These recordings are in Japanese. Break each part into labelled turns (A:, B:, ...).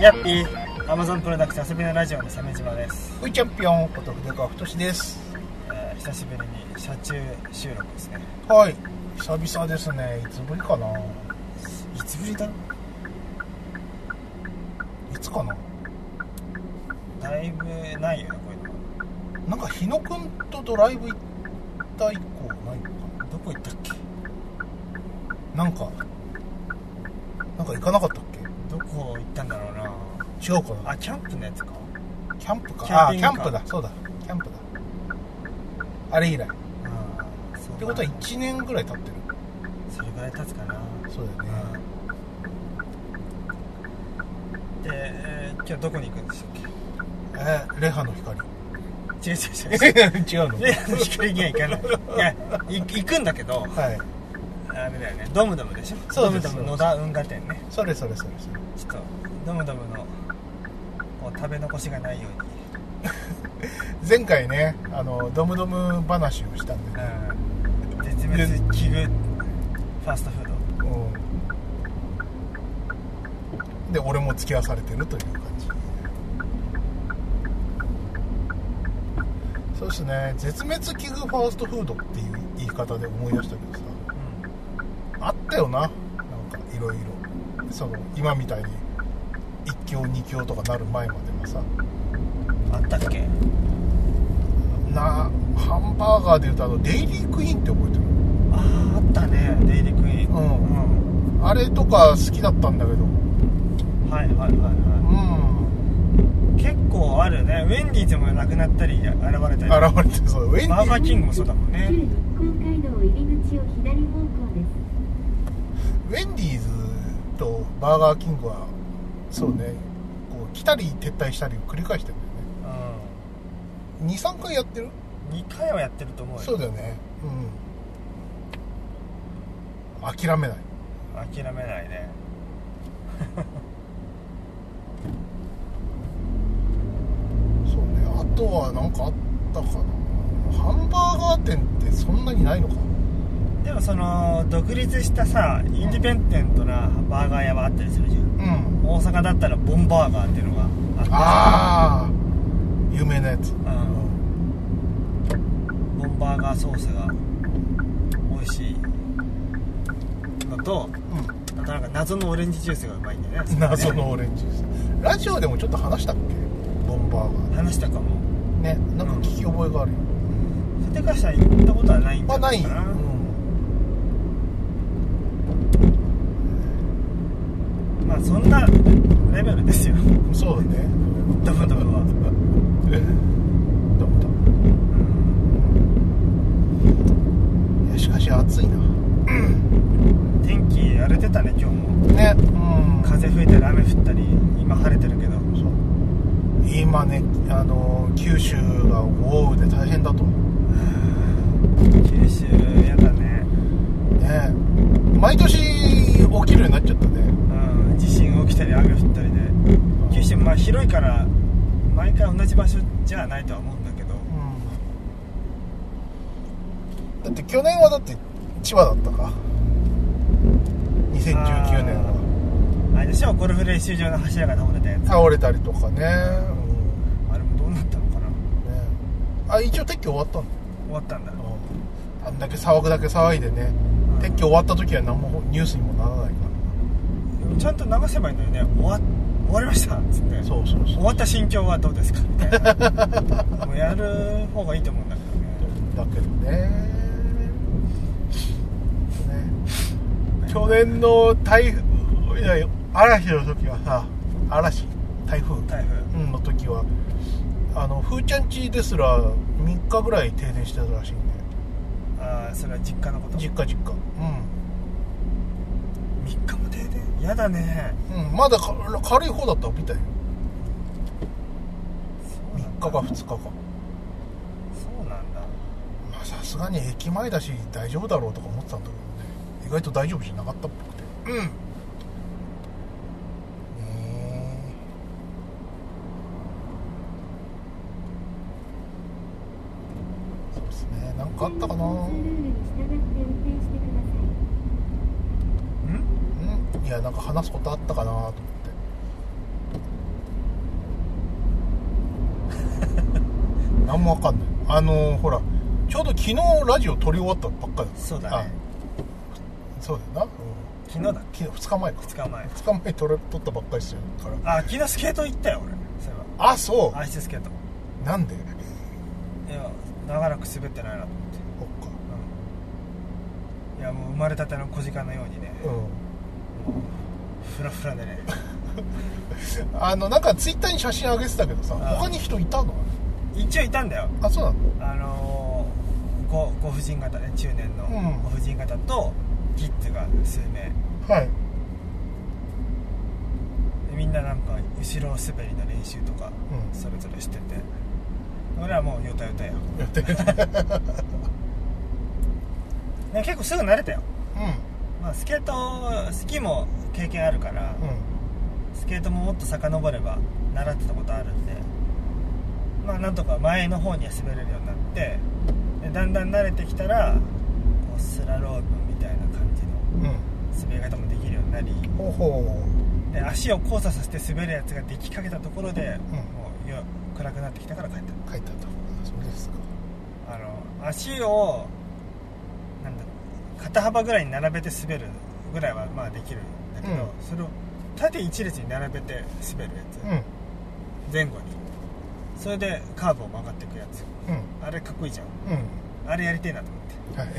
A: ヤッピー Amazon プロダクツ遊びのラジオの鮫島です、
B: ういチャンピオン男でかふとしです
A: えー久しぶりに車中収録ですね
B: はい久々ですねいつぶりかない
A: つぶりだ
B: つかな
A: だいぶないよねこういうの
B: なんか日野くんとドライブ行った以降ないのか
A: どこ行ったっけ
B: ななんかなんか行かなかったっ
A: どこ行ったんだろうな
B: け違うかな
A: あキャンプのやつか
B: キャンプか
A: キャン
B: あ
A: ピン
B: キ
A: グカー
B: ャンプだそうだキャンプだあれ以来っ
A: ああそう
B: てことは
A: だ
B: 1年ぐらい経ってる
A: それぐらい経つかな
B: そうだよね
A: うんで、えー今日どこに行くんでした
B: えー、レハの 光
A: っけ違う違う違う
B: 違うの
A: レアの光には行かないいやい行くんだけど
B: はい
A: あれだよねドムドムでしょ
B: そうです
A: ドムドム野田運河店ね
B: それそれそれそれ
A: ちょっとドムドムのこう食べ残しがないように、
B: 前回ねあのドムドム話をしたんで、ね
A: うん、絶滅危惧ファーストフード
B: うんで俺も付き合わされてるという感じそうですね絶滅危惧ファーストフードっていう言い方で思い出したけどさあったよななんかいろいろその今みたいに1強2強とかなる前までは
A: う
B: さ
A: ん、あったっけ
B: なハンバーガーでいうとあのデイリークイーンって覚えてる
A: あああったねデイリークイーン
B: うんあれとか好きだったんだけどう
A: うんはいはいはいは
B: ん
A: い結構あるねウェンディーズもなくなったり現れたり
B: 現れてそうウェンディ
A: バーバーキングもそうだもんね
C: 旧特攻街道入り口を左方向です。
B: ウェンディーズとバーガーキングはそうねこう来たり撤退したりを繰り返してるんだ
A: う
B: よね23回やってる
A: ん2回はやってると思うよ
B: そうだよねうん諦めない
A: 諦めないね
B: そうねあとは何かあったかなハンバーガー店ってそんなにないのか
A: でもその独立したさインディペンデントなバーガー屋はあったりするじゃん
B: うん
A: 大阪だったらボンバーガーっていうのがあって
B: ああ有名なやつ
A: うんボンバーガーソースが美味しいのと
B: う
A: あとなんか謎のオレンジジュースがうまいんだよね
B: ん謎のオレンジですラジオでもちょっと話したっけボンバーガ
A: 話したかも
B: ー ねなんか聞き覚えがあるよ、
A: それでかしたら行ったことはないん
B: ま
A: だ
B: あない、
A: かな、まあそんなレベルですよ
B: うん、そうだね
A: ダブダブは、
B: どうもどうもいやしかし暑いな
A: 天気荒れてたね今日も
B: ねうん
A: 風吹いたり雨降ったり今晴れてるけど
B: そう今ねあの九州が豪雨で大変だと思う
A: 九州やだね
B: ね毎年起きるようになっちゃったね
A: うん地震起きたり雨降ったりで九州まあ広いから毎回同じ場所じゃないとは思うんだけど
B: うんだって去年はだって千葉だったか2019年は
A: あれでしょゴルフ練習場の柱が倒れたやつ
B: 倒れたりとかね,、
A: あれもどうなったのかな
B: うん、ねあ一応撤去終わったんだ
A: 終わったんだ
B: よあんだけ騒ぐだけ騒いでね
A: うん
B: 撤去終わった時は何もニュースにもならないか
A: ちゃんと流せばいいのにね終わ終わりましたっつって
B: らそうそうそ
A: 終
B: う
A: わった心境はどうですかみたいなもうやる方がいいと思うんだけどね
B: だけどねね去年の台風いや嵐の時はさ嵐台風
A: 台風
B: うんの時はあのふーちゃんちですら3日ぐらい停電してたらしいんで
A: ああそれは実家のこと
B: 実
A: 3
B: 家実家う
A: 日も停電やだね
B: ん、うん、まだか軽い方だったみたいよ
A: そうなん
B: 3日
A: だ
B: か2日か
A: そうなんだ
B: まあさすがに駅前だし大丈夫だろうとか思ってたんだけどね意外と大丈夫じゃなかったっぽくてうんねえそうですねなんかあったかな
C: 交通ルールに従って運転してください。
A: ん
B: うんいやなんか話すことあったかなと思って何もわかん ないあのーほらちょうど昨日ラジオ撮り終わったばっかり
A: そうだね
B: そうだよな、うん
A: 昨日だ
B: 昨日2日前か
A: 2日前
B: 2日前撮れ撮ったばっかりしてるから
A: あ昨日スケート行ったよ俺そうい
B: あ
A: え
B: そ
A: ばアイススケート
B: うなんで
A: いや長らく滑ってないなと思って、
B: そっか
A: うん、いやもう生まれたての小鹿のようにね、
B: う
A: もうフラフラでね
B: んあのなんかツイッターに写真上げてたけどさ
A: ああ
B: 他に人いたの
A: 一応いたんだよ
B: あそう
A: あ
B: なの
A: のーごご婦人方ね中年の
B: うん
A: ご婦人方とキッズが数名
B: はい
A: でみんななんか後ろ滑りの練習とか
B: うん
A: それぞれしてて、俺はもうヨタヨタよ
B: やって
A: で
B: る
A: も結構すぐ慣れたよ、
B: う
A: まあ、スケートスキーも経験あるから、
B: んうん
A: スケートももっと遡れば習ってたことあるんでまあなんとか前の方には滑れるようになってでだんだん慣れてきたらこうスラロープみたいな感じの
B: うん
A: 滑り方もできるようになり
B: ほうほ
A: で足を交差させて滑るやつができかけたところで、
B: ん
A: もうよ暗くなってきたから帰っ
B: う書いてあったそうですか
A: たあの足をなんだろう肩幅ぐらいに並べて滑るぐらいはまあできるんだけど、
B: うん
A: それを縦一列に並べて滑るやつ、
B: うんうん
A: 前後にそれでカーブを曲がっていくやつあれかっこいいじゃん
B: うん
A: あれやりてえなと思って
B: はい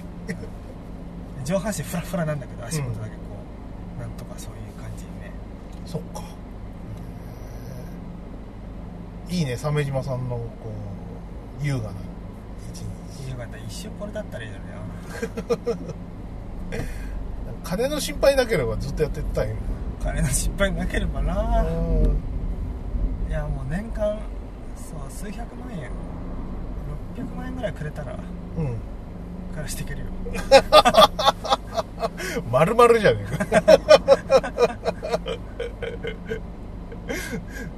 A: 上半身フラフラなんだけど足元だけこう、なんとかそういう感じにね
B: そっかへえいいね鮫島さんのこう優雅な一日
A: よかった一瞬これだったらいいのにな
B: 金の心配なければずっとやってたいん
A: 金の失敗なければな、
B: うん
A: いやもう年間そう数百万円600万円ぐらいくれたら
B: うん
A: 暮らしていけるよ
B: 丸々じゃねえか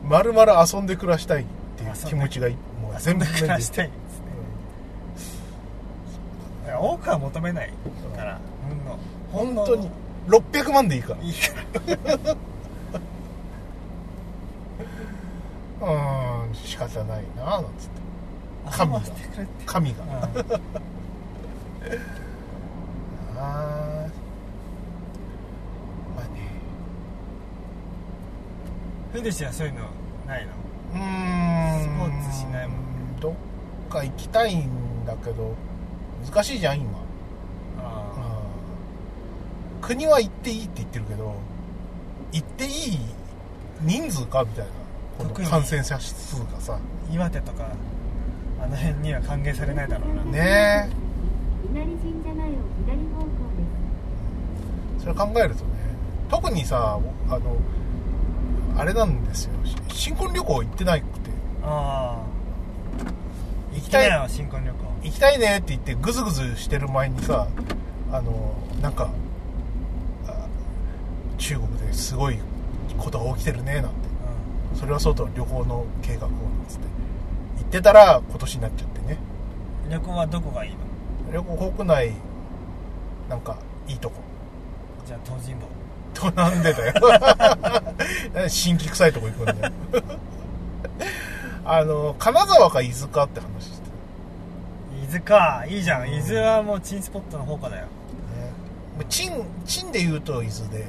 B: 丸々遊んで暮らしたいっていう気持ちがもう
A: 全
B: 全部
A: 部暮らしたいですねいや多くは求めないからほんのほんの
B: 本当に600万でいいから
A: いいから
B: うーん仕方ないなあなんつって神が
A: 遊ばせてくれって
B: 神が、あ
A: うん
B: あまあね
A: フデシはそういうのないの
B: うーん
A: スポーツしないもん
B: どっか行きたいんだけど難しいじゃん今
A: あ
B: うん国は行っていいって言ってるけど行っていい人数かみたいなこ
A: 特に
B: の感染者数がさ
A: あ岩手とかあの辺には歓迎されないだろうな
B: ね
C: 稲荷神社前を左方向です。
B: それ考えるとね特にさあのあれなんですよし新婚旅行行ってなくて
A: ああ行
B: 行
A: き
B: き
A: た
B: た
A: い
B: い
A: よ新婚旅行
B: 行きたいねって言ってグズグズしてる前にさあのなんかあ中国ですごいことが起きてるねなんてそれはそうと旅行の計画をなんつって行ってたら今年になっちゃってね
A: うん旅行はどこがいいの
B: 旅行国内なんかいいとこ
A: じゃあ東尋坊
B: となんでだよ 新規臭いとこ行くんだよ あの金沢か伊豆かって話して
A: 伊豆かいいじゃん、
B: うん
A: 伊豆はもうチンスポットの方かだよ
B: たねまあチンチンで言うと伊豆で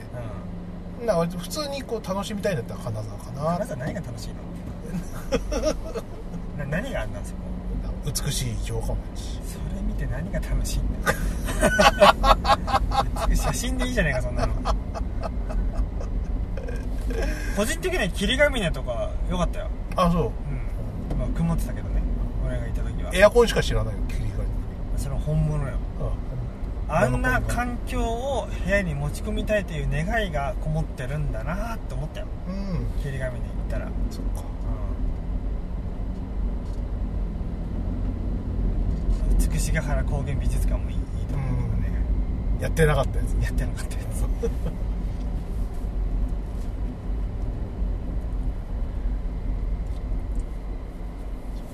A: うん
B: なんか普通にこう楽しみたいんだったら金沢かな
A: まずは何が楽しいの な何があんなんそこ
B: 美しい城下町
A: それ見て何が楽しいんだよ写真でいいじゃないかそんなの個人的には霧ヶ峰とか良かったよ
B: あそう
A: うんまあ曇ってたけどね俺がいた時は
B: エアコンしか知らないよ霧が
A: それは本物よあんな環境を部屋に持ち込みたいという願いがこもってるんだなって思ったよ
B: うん
A: 霧ヶ峰行ったら
B: そっか
A: うん美しが原高原美術館もいいいいと思うけどね、
B: やってなかったやつ
A: やってなかったやつ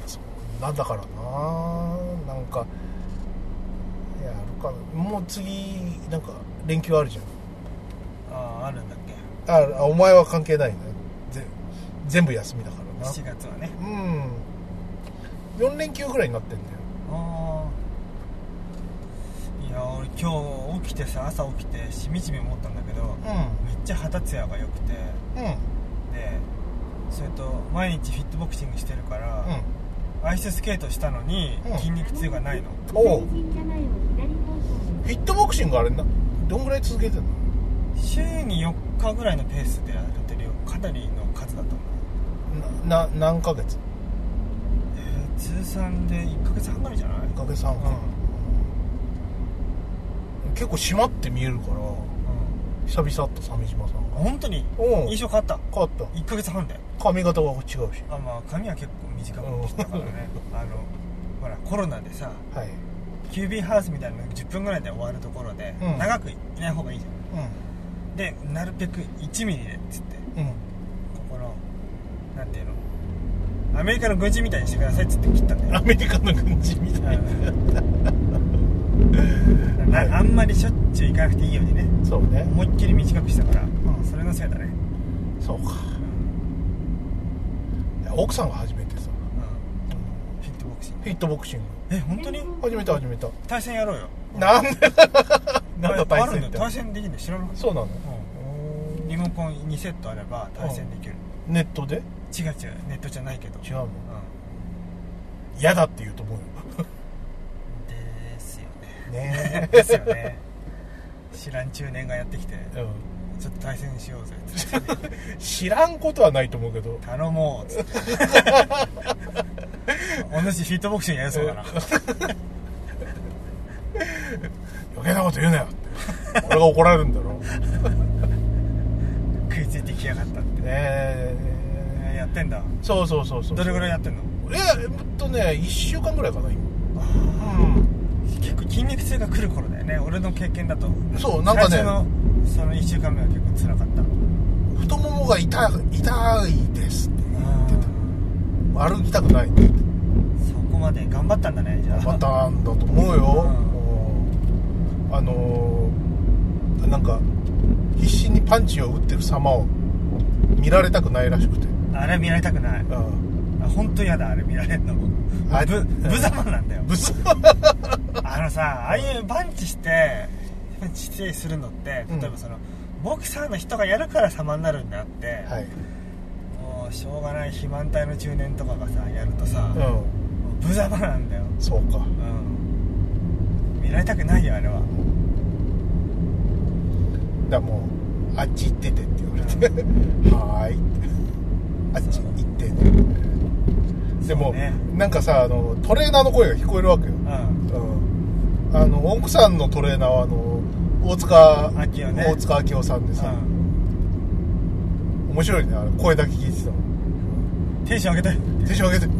B: そうなんだからななんかいやるかなもう次なんか連休あるじゃん
A: あああるんだっけ
B: ああお前は関係ないねぜ全部休みだからな
A: 7月はね
B: うん4連休ぐらいになってんだよ
A: ああいや俺今日起きてさ朝起きてしみじみ思ったんだけどめっちゃ肌ツヤが良くて
B: うんうん
A: でそれと毎日フィットボクシングしてるから、アイススケートしたのに
B: うん
A: 筋肉痛がないの、
B: おう
C: 左神社前を左方向
B: フ
C: です
B: ィットボクシングあれなどんぐらい続けてんの
A: 週に4日ぐらいのペースでやってるよかなりの数だと思う
B: なな何ヶ月
A: えー通算で1ヶ月半ぐらいじゃない
B: 1ヶ月半か、結構締まって見えるか
A: う
B: ら
A: ん
B: 久々会った鮫島さんが
A: 本当に
B: おう
A: 印象変わった
B: 変わった
A: 1ヶ月半で
B: 髪型は違うし
A: あまあ髪は結構短く切ったからねあのほらコロナでさ
B: はい
A: キュービーハウスみたいなの10分ぐらいで終わるところで、
B: うん
A: 長くいない方がいいじゃんでなるべく1ミリでっつって
B: うんうん
A: ここのなんていうのアメリカの軍人みたいにしてくださいっつって切ったんだよ
B: アメリカの軍人みたい
A: な
B: な、はい
A: あんまりしょっちゅう行かなくていいようにね
B: そうね
A: 思いっきり短くしたから、
B: ん
A: それのせいだね、
B: そうか奥さんが初めてさ
A: うん、フィットボクシング
B: フィットボクシング
A: え本当に
B: 初めて始めた
A: 対戦やろうよ
B: なんでなんだ
A: あ
B: 対
A: ある
B: 戦
A: の
B: っ
A: 対
B: て
A: 戦できるの知らなかった
B: そうなの
A: うんリモコン2セットあれば対戦できる、
B: ネットで
A: 違う違うネットじゃないけど
B: 違うの
A: う
B: 嫌だって言うと思うよ
A: んですよね
B: ね
A: ですよね知らん中年がやってきて
B: え、 うん
A: ちょっと対戦しようぜっつって
B: 知らんことはないと思うけど
A: 頼もうっつって お主フィットボクシングやりそうだな
B: 余計なこと言うなよって俺が怒られるんだろ
A: 食いついてきやがったって
B: ね
A: えー
B: え
A: やってんだ
B: そうそうそうそう
A: どれぐらいやってんの
B: えーえっとね1週間ぐらいかな今
A: 結構筋肉痛が来る頃だよね俺の経験だと
B: そうなんかね
A: 最初のその1週間目は結構辛かった
B: 太ももが痛い痛いですって言ってた歩きたくないって
A: そこまで頑張ったんだねじゃあ
B: またなんだと思うよ、うんあのーなんか必死にパンチを打ってる様を見られたくないらしくて、
A: あれは見られたくない
B: うん、
A: あ本当嫌だあれ見られるの
B: あ
A: ぶ無様なんだよ
B: ブス
A: あのさああいうバンチして失礼するのって
B: うん
A: 例えばその、ボクサーの人がやるから様になるんだって、
B: はい、
A: もうしょうがない肥満体の中年とかがさやるとさ、
B: う
A: 無様なんだよ
B: ん、そうか
A: うん見られたくないよあれは
B: だからもうあっち行っててって言われて「はーい」あっち行ってねでも、
A: ね
B: なんかさあのトレーナーの声が聞こえるわけよ、
A: うん
B: うん、あの奥さんのトレーナーはあの大塚
A: 明夫ね
B: 大塚明夫さんでさ、面白いねあれ声だけ聞いてたの
A: うんテンション上げて
B: テンション上げて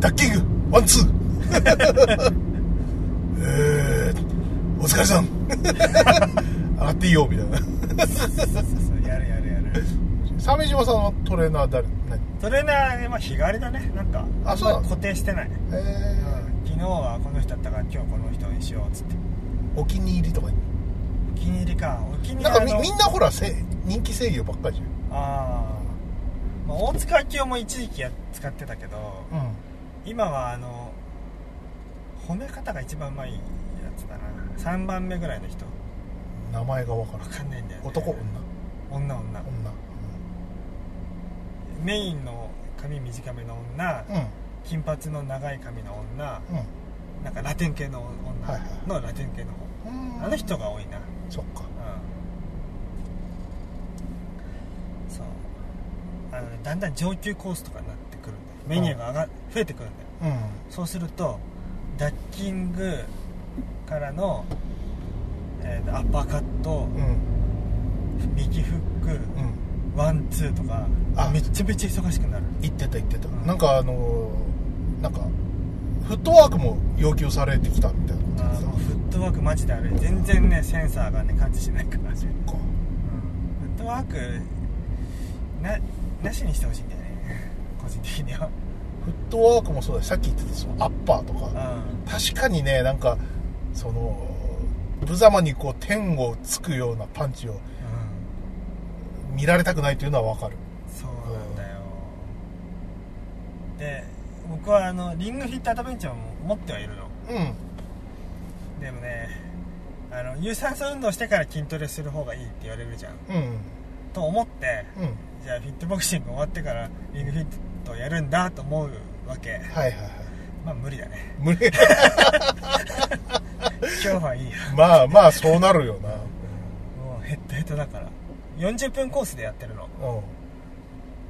B: ダッキングワンツーえー、お疲れさ ん上がっていいよみたいな
A: やるやるやる
B: 鮫島さんのトレーナー誰何
A: トレーナーね、まあ、日替わりだねなんか
B: あそうなの
A: んまり固定してない
B: え
A: 昨日はこの人だったから今日この人にしようっつって
B: ー、お気に入りとか
A: お気に入りかお気に
B: なんか
A: 入り
B: み
A: あの
B: みんなほらせ人気声優ばっかりじ
A: あー、まあ大塚明夫も一時期や使ってたけど、
B: ゃん、
A: 今はあの褒め方が一番うまいやつだな3番目ぐらいの人
B: うん、名前がわから
A: わ
B: ん
A: かんないんだよ、ね、
B: 男女
A: 女女
B: 女
A: メインの髪短めの女
B: うん
A: 金髪の長い髪の女
B: うん
A: なんかラテン系の
B: はいは
A: 女のラテン系の方
B: うん
A: あの人が多いな
B: そっか
A: うんそうあのねだんだん上級コースとかになってくるんだよメニューが上が増えてくるんだよ
B: うん
A: そうするとダッキングからの、えーとアッパーカット
B: うん
A: 右フック
B: うん
A: ワンツーとか
B: あ
A: めっちゃめちゃ忙しくなる
B: 言ってた言ってたなんかあのーなんかフットワークも要求されてきたみたいな
A: あーもうフットワークマジであれ全然ねセンサーがね感知しないから、うん、フ
B: か
A: ットワークななしにしてほしいんだよね個人的には
B: フットワークもそうだしさっき言ってたそのアッパーと
A: う
B: か
A: ん
B: 確かにねなんかその無様にこう天をつくようなパンチを見られたくないというのはわかる
A: そうなんだよで僕はあのリングフィットアドベンチャーも持ってはいるの
B: うん
A: でもねあの有酸素運動してから筋トレする方がいいって言われるじゃん
B: うん
A: と思って
B: うん
A: じゃあフィットボクシング終わってからリングフィットやるんだと思うわけ
B: はいはいはい
A: まあ無理だね
B: 無理
A: 今日はいいよ
B: まあまあそうなるよな
A: もうヘッドヘッドだから40分コースでやってるの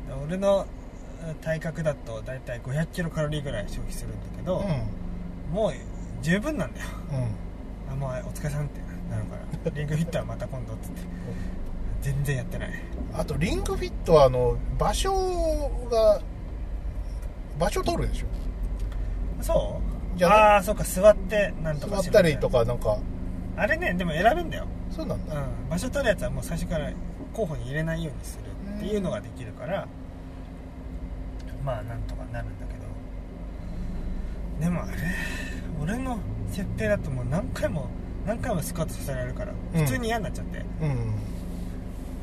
B: うんうん
A: 俺のうん体格だと大体500キロカロリーぐらい消費するんだけど、もう十分なんだよ
B: うん
A: あもうお疲れさんってなるから リングフィットはまた今度っつって全然やってない
B: あとリングフィットはあの場所が場所取るでしょ
A: そう
B: じゃあ
A: ああーそうか座ってなんと
B: 座
A: か
B: っ
A: しろ
B: たりとかなんか
A: あれねでも選べんだよ、
B: そうなんだ
A: うん、場所取るやつはもう最初から候補に入れないようにするっていうのができるからまあなんとかなるんだけどでもあれ俺の設定だともう何回も何回もスクワットさせられるから
B: うん
A: 普通に嫌になっちゃって、
B: うんうん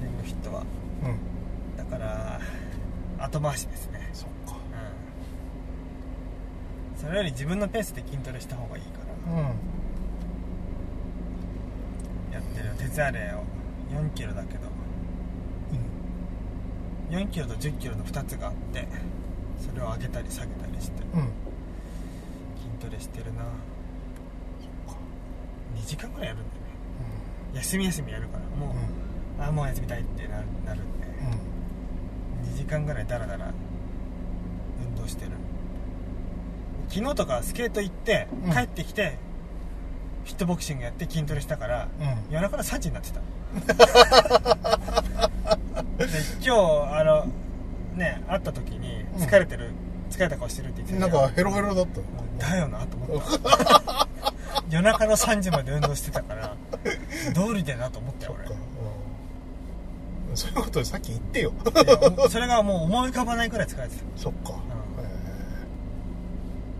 A: リングフィットは
B: うん
A: だから後回しですね
B: そっか
A: うんそれより自分のペースで筋トレした方がいいから
B: うん
A: やってるよ鉄アレイを4キロだけど4キロと1 0キロの2つがあってそれを上げたり下げたりして
B: うん
A: 筋トレしてるな2時間ぐらいやるんだよね休み休みやるからもう、あもう休みたいってななるんで2時間ぐらいダラダラ運動してる昨日とかスケート行って
B: うん
A: 帰ってきて、フィットボクシングやって筋トレしたから
B: うんうん
A: 夜中の3時になってたで今日あのね会った時に
B: うん
A: 疲れてる、疲れた顔してるって言って
B: うん
A: た
B: なん
A: じゃ
B: かヘロヘロだった
A: だよなと思った夜中の3時まで運動してたから道理でなと思ったよ俺
B: そっかうんそういうことさっき言ってよ
A: いやそれがもう思い浮かばないくらい疲れてた
B: そっか
A: ん
B: へ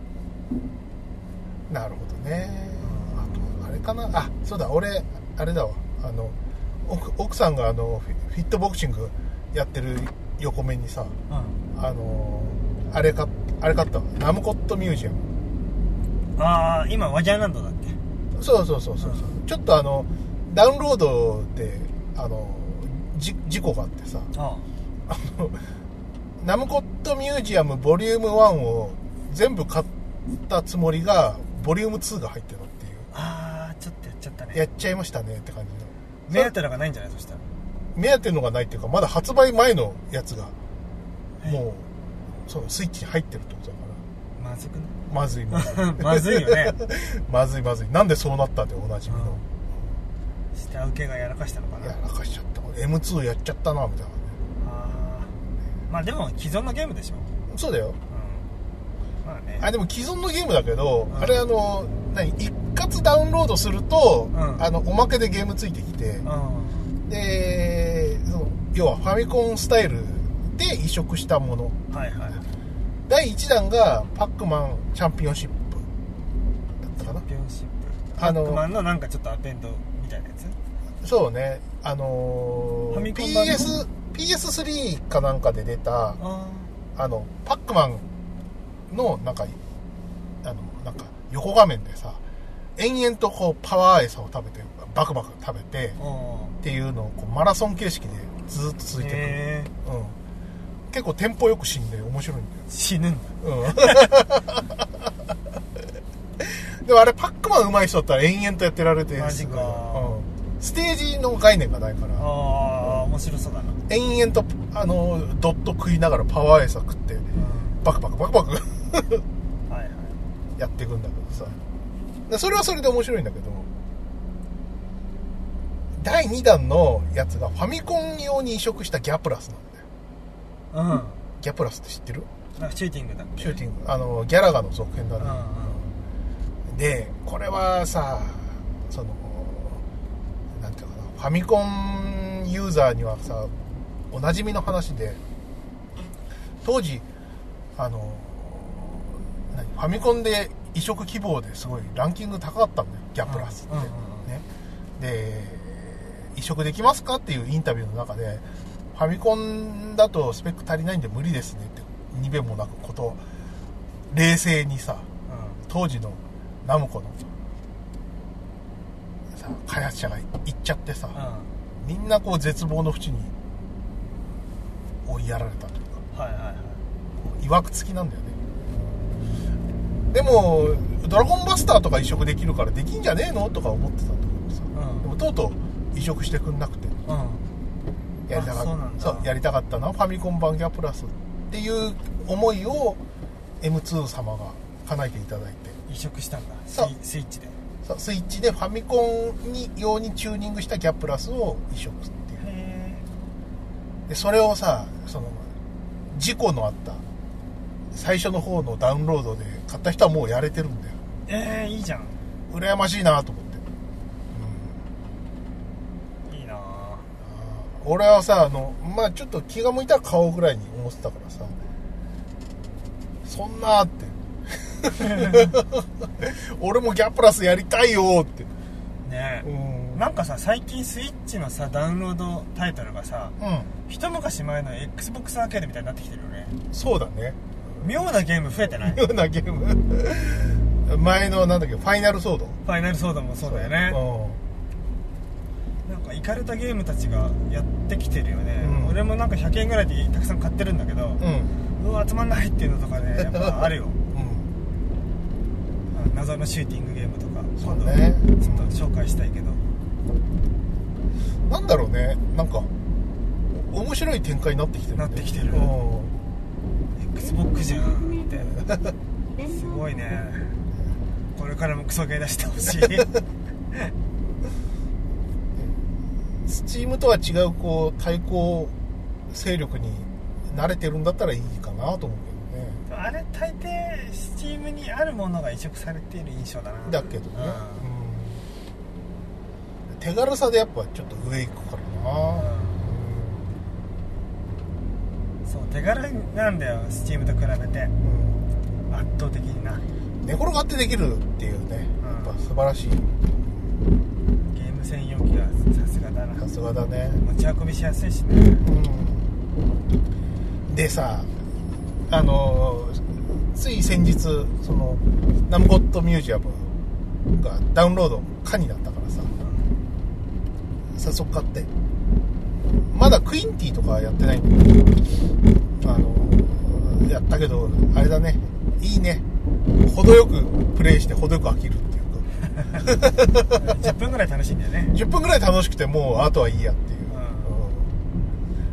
B: ーなるほどねあとあれかなあそうだ俺あれだわあの奥奥さんがあのフィフィットボクシングやってる横目にさ
A: うん
B: あのあれかあれ買ったわナムコットミュージアム
A: ああ今ワギャーランドだっけ
B: そうそうそうそうそう、ちょっとあのダウンロードであのじ事故があってさ
A: あ
B: あのナムコットミュージアムボリューム1を全部買ったつもりがボリューム2が入ってたっていう
A: ああちょっとやっちゃった
B: やっ
A: ね
B: ちゃいましたねって感じの
A: 目当てのがないんじゃないそしたら
B: 目当てのがないっていうかまだ発売前のやつがもうそのスイッチに入ってるってことだか
A: まずくな
B: らまずいまずい
A: まずいよ ね
B: まずいまずいなんでそうなったっておなじみの
A: 下請けがやらかしたのか
B: い
A: な
B: や
A: あ
B: らかしちゃった M2 やっちゃったなみたいなね
A: あーまあでも既存のゲームでしょ
B: そうだよ
A: うんまあね
B: あでも既存のゲームだけど、
A: うん
B: あれあの何一括ダウンロードすると、
A: うん
B: あのおまけでゲームついてきて、
A: うん
B: でその要はファミコンスタイルで移植したもの
A: はいはい
B: 第1弾がパックマンチャンピオンシップだったかな
A: チャンピオンシップ
B: あ
A: あ
B: の
A: のマンのなんかちょっとアペンドみたいなやつ
B: そうねあの
A: ファ
B: ー
A: ミコン版の
B: PS PS3 かなんかで出た
A: あ
B: あのパックマンのなんかあのなんか横画面でさ延々とこうパワー餌を食べてバクバク食べて
A: あお
B: っていうのをこうマラソン形式でずっと続いてくる、
A: え
B: うん、結構テンポよく死んで面白いんだよ
A: 死ぬんだ
B: うん でもあれパックマン上手い人だったら延々とやってられて
A: マジか
B: すごいようん、ステージの概念がないから
A: ああ面白そうだな
B: 延々とあのドット食いながらパワー餌食って
A: う
B: バクバクバクバ ク
A: んはいはい
B: やっていくんだけどさでそれはそれで面白いんだけど第2弾のやつがファミコン用に移植したギャプラスなんだ
A: う
B: よ
A: ん
B: ギャプラスって知ってる
A: なんかシューティングだっけ
B: シューティングあのギャラガの続編だ
A: うん
B: ね、でこれはさそのなんていうのかなファミコンユーザーにはさおなじみの話で当時あの何ファミコンで移植希望ですごいランキング高かったんだよギャップラスって、
A: うんうんうん
B: ねで移植できますかっていうインタビューの中でファミコンだとスペック足りないんで無理ですねってにべもなくこと冷静にさ
A: う
B: 当時のナムコのさ開発者が行っちゃってさ、
A: んうん
B: みんなこう絶望の淵に追いやられたというか
A: はいはいはい
B: こういわくつきなんだよねでも「ドラゴンバスター」とか移植できるからできんじゃねえのとか思ってたんだけどさ
A: うん
B: でもとうとう移植してくんなくて
A: うん
B: やりたか
A: あそうなん
B: っ
A: だ
B: たやりたかったなファミコン版ギャプラスっていう思いを M2 様が叶えていただいて
A: 移植したんだス
B: そう
A: イスイッチでへ
B: さスイッチでファミコンに用にチューニングしたギャプラスを移植っていう
A: え
B: でそれをさその事故のあった最初の方のダウンロードで買った人はもうやれてるんだよ
A: えー、いいじゃん
B: 羨ましいなと思って、うん、
A: いいなあ
B: あー俺はさあのまあちょっと気が向いたら買おうぐらいに思ってたからさそんなーって 俺もギャプラスやりたいよーって
A: ね
B: う
A: え
B: ん
A: なんかさ最近スイッチのさダウンロードタイトルがさ
B: う
A: 一昔前の XBOX アーケードみたいになってきてるよね
B: んそうだね
A: 妙なゲーム増えてないフ
B: ようなゲーム前のなんだっけファイナルソード
A: ァイナルソードもそうだよね
B: う
A: なんかイカれたゲームたちがやってきてるよね、
B: うん
A: 俺もなんか100円ぐらいでたくさん買ってるんだけど
B: んうん
A: うわ集まんないっていうのとかねやっぱあるよ
B: うん
A: あの謎のシューティングゲームとか
B: そうね
A: 今度ちょっと紹介したいけど
B: なんだろうねなんか面白い展開になってきてるね
A: なってきてる
B: うん
A: XBOX じゃんって
C: 左
A: す
C: 方向
A: ごい
C: です
A: ねこれからもクソゲー出してほしい
B: スチームとは違うこう対抗勢力に慣れてるんだったらいいかなと思うけどね
A: あれ大抵 Steam にあるものが移植されている印象だな
B: だけどね、うん手軽さでやっぱちょっと上行くから
A: う
B: な、
A: んそう手軽なんだよ Steam と比べて
B: うん
A: 圧倒的にな
B: 寝転がってできるっていうね
A: うん
B: やっぱ素晴らしい
A: ゲーム専用機はさすがだな
B: さすがだね、
A: 持ち運びしやすいしね
B: うん、でさあのつい先日そのナムコットミュージアムがダウンロード可になったからさ早速買ってまだクインティとかはやってないんだけどあのやったけどあれだねいいね程よくプレイして程よく飽きるっていう
A: 10分ぐらい楽しいんだよね
B: か10分ぐらい楽しくてもうあとはいいやっていう、うん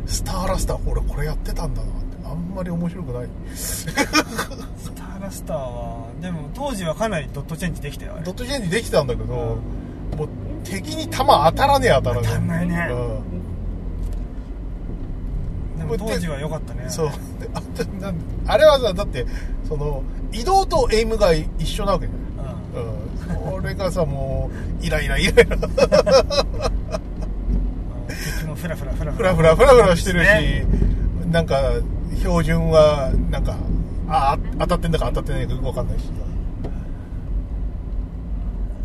B: スターラスター俺これやってたんだなってあんまり面白くない
A: スターラスターはでも当時はかなりドットチェンジできたよあれ
B: ドットジェンジできたんだけど、
A: うん
B: もう敵に弾当たらねえ当たらねえ
A: 当たんないね
B: うん
A: でも当時は良かったね
B: そうであとなんあれはさだってその移動とエイムが一緒なわけじゃ
A: うん
B: ないう ん、それがさもうイライライライラ
A: 敵もフラフラフラ
B: フラフラフラフラしてるし、
A: ね
B: なんか標準はなんかああ当たってんだか当たってないかよくわかんないし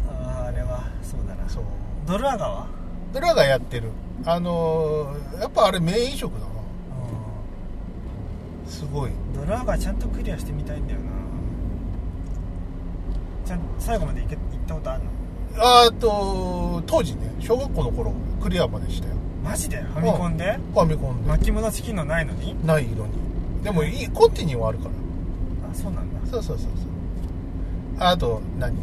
A: あーあれはそうだな
B: そう
A: ドルアガは
B: ドラがやってるあのーやっぱあれ名飲食だなすごい
A: ドルアガちゃんとクリアしてみたいんだよなちゃん最後まで行け行ったことあるの
B: あーと当時ね小学校の頃クリアまでしたよ
A: マジでファミコンで
B: ファミコンで
A: 巻き戻し機能ないのに
B: ない色にでもいいコンティニューはあるから
A: あそうなんだ
B: そうそうそうそうあと何あの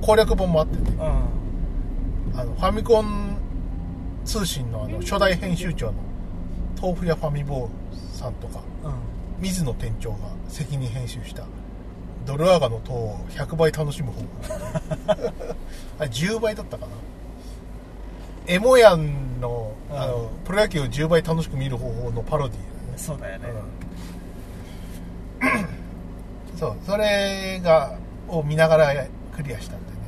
B: 攻略本もあってね
A: う
B: あのファミコン通信のあの初代編集長の豆腐屋ファミボーさんと
A: ん
B: か
A: うん
B: 水野店長が責任編集した「ドルアガの塔を100倍楽しむ方法」 あれ10倍だったかなエモヤンのあの、プロ野球を10倍楽しく見る方法のパロディーだよね
A: そうだよね、
B: うんそうそれがを見ながらクリアしたんでね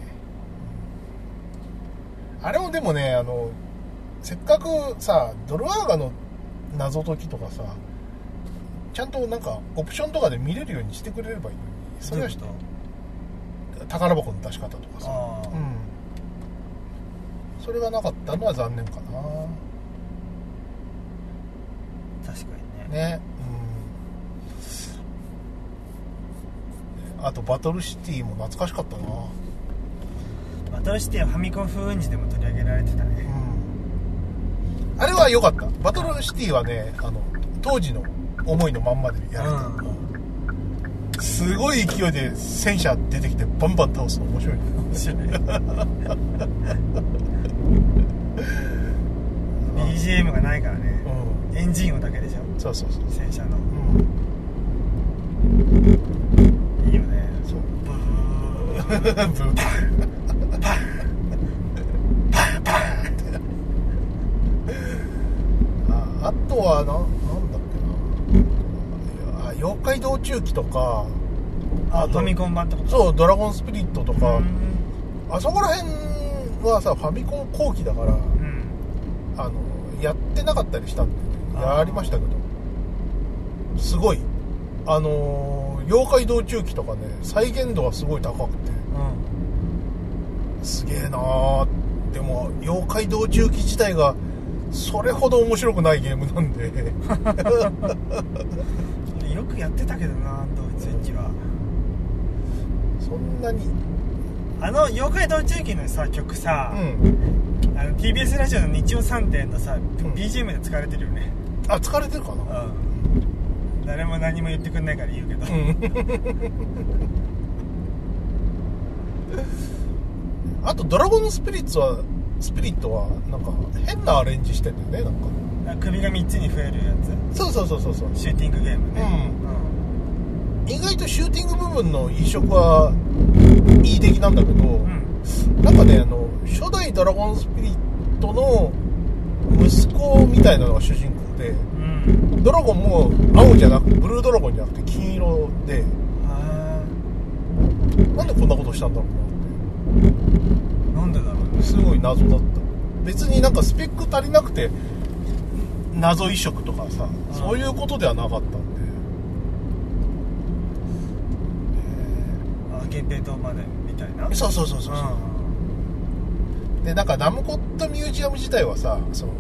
B: あれもでもねあのせっかくさドルアーガの謎解きとかさちゃんとなんかオプションとかで見れるようにしてくれればいいのにそれは
A: どういうこ
B: 宝箱の出し方とか
A: と
B: さ
A: あ
B: う
A: ー
B: んそれがなかったのは残念かな
A: 確かにね
B: ね、あとバトルシティも懐かしかったなう
A: バトルシティはファミコン風雲児でも取り上げられてたね
B: んあれは良かったバトルシティはねあの当時の思いのまんまでやれた、うんすごい勢いで戦車出てきてバンバン倒すの面白いね
A: 面白い BGM がないからね
B: う
A: エンジン音だけでしょ
B: んそうそうそう
A: 戦車の
B: うん
A: いいよね
B: そう
A: ブー
B: ブーああとはななんだっけないや妖怪道中記とか
A: あ
B: と
A: ファミコン版ってこと
B: そう「ドラゴンスピリット」とか、
A: うん
B: あそこら辺はさファミコン後期だから
A: うん
B: あのやってなかったりしたんで
A: あー
B: やりましたけどすごいあのー妖怪道中記とかね再現度はすごい高くて
A: うん
B: すげえなーでも妖怪道中記自体がそれほど面白くないゲームなんで
A: よくやってたけどなドイツ一期は
B: そんなに
A: あの妖怪道中記のさ曲さ
B: う、ん
A: あの TBS ラジオの日曜3点のさ、
B: ん
A: BGM で使われてるよね
B: あ疲れてるかな
A: うん誰も何も言ってくんないから言うけど、
B: うんあと「ドラゴンスピリッツは」スピリットはなんか変なアレンジしてんだよねなん
A: あ
B: か
A: 首が3つに増えるや
B: そうそうそうそうそう
A: つシューティングゲームね
B: うん意外とシューティング部分の移植はいい出来なんだけど、
A: うん、うん
B: なんかねあの初代ドラゴンスピリットの息子みたいなのが主人公で
A: うん、
B: ドラゴンも青じゃなくブルードラゴンじゃなくて金色で
A: あ
B: なんでこんなことしたんだろうな
A: ーなんでだろうね
B: すごい謎だった別になんかスペック足りなくて謎移植とかさ、
A: ん
B: そういうことではなかったんで
A: あ源平島までみたいな
B: そうそうそうそうそう、でなんかナムコットミュージアム自体はさその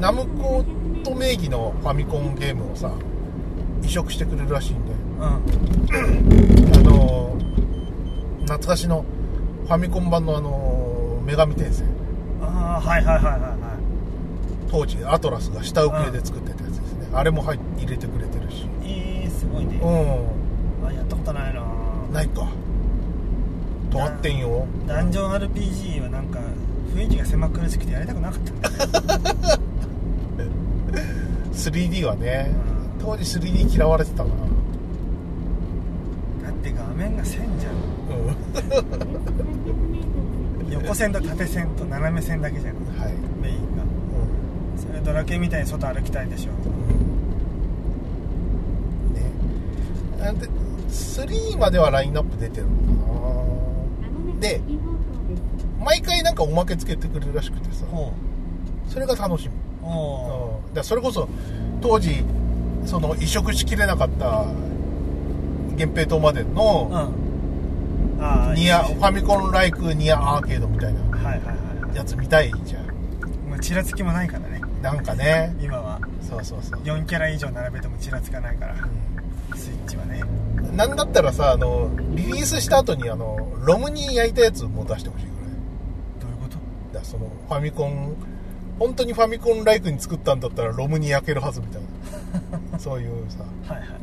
B: ナムコット名義のファミコンゲームをさ移植してくれるらしいんで
A: うん、うん、
B: あのー懐かしのファミコン版のあのー女神転生
A: ああはいはいはいはいは
B: 当時アトラスが下請けで作ってたやつですね、あれも入っ入れてくれてるし
A: いえー、すごいね
B: う
A: あやったことないなぁ
B: んないか尖ってんよ
A: ダンジョン RPG はなんか雰囲気が狭苦しくてやりたくなかったんだよ
B: 3D はね
A: うん
B: 当時 3D 嫌われてたな
A: だって画面が線じゃん
B: うん
A: 横線と縦線と斜め線だけじゃん
B: はい、
A: メインが
B: う
A: それドラケンみたいに外歩きたいでしょ
B: んねあで3まではラインナップ出てるのでかな毎回なんかおまけつけてくれるらしくてさ
A: ほ
B: それが楽しみ
A: うお
B: うんでそれこそ当時その移植しきれなかった源平島まで
A: お
B: の
A: うんああ
B: ニア
A: い
B: フ
A: いね
B: ァミコンライクニアアーケードみたいな
A: はいはいは
B: やつ見たいじゃん
A: いもうちらつきもないからね
B: なんかね
A: 今は
B: そうそうそう、
A: 4キャラ以上並べてもちらつかないから
B: う
A: スイッチはね
B: ん、なんだったらさあのリリースした後にあのロムに焼いたやつも出してほしいぐらい
A: どういうこと
B: だからそのファミコン本当にファミコンライクに作ったんだったらロムに焼けるはずみたい なそういうさ
A: はいはいはい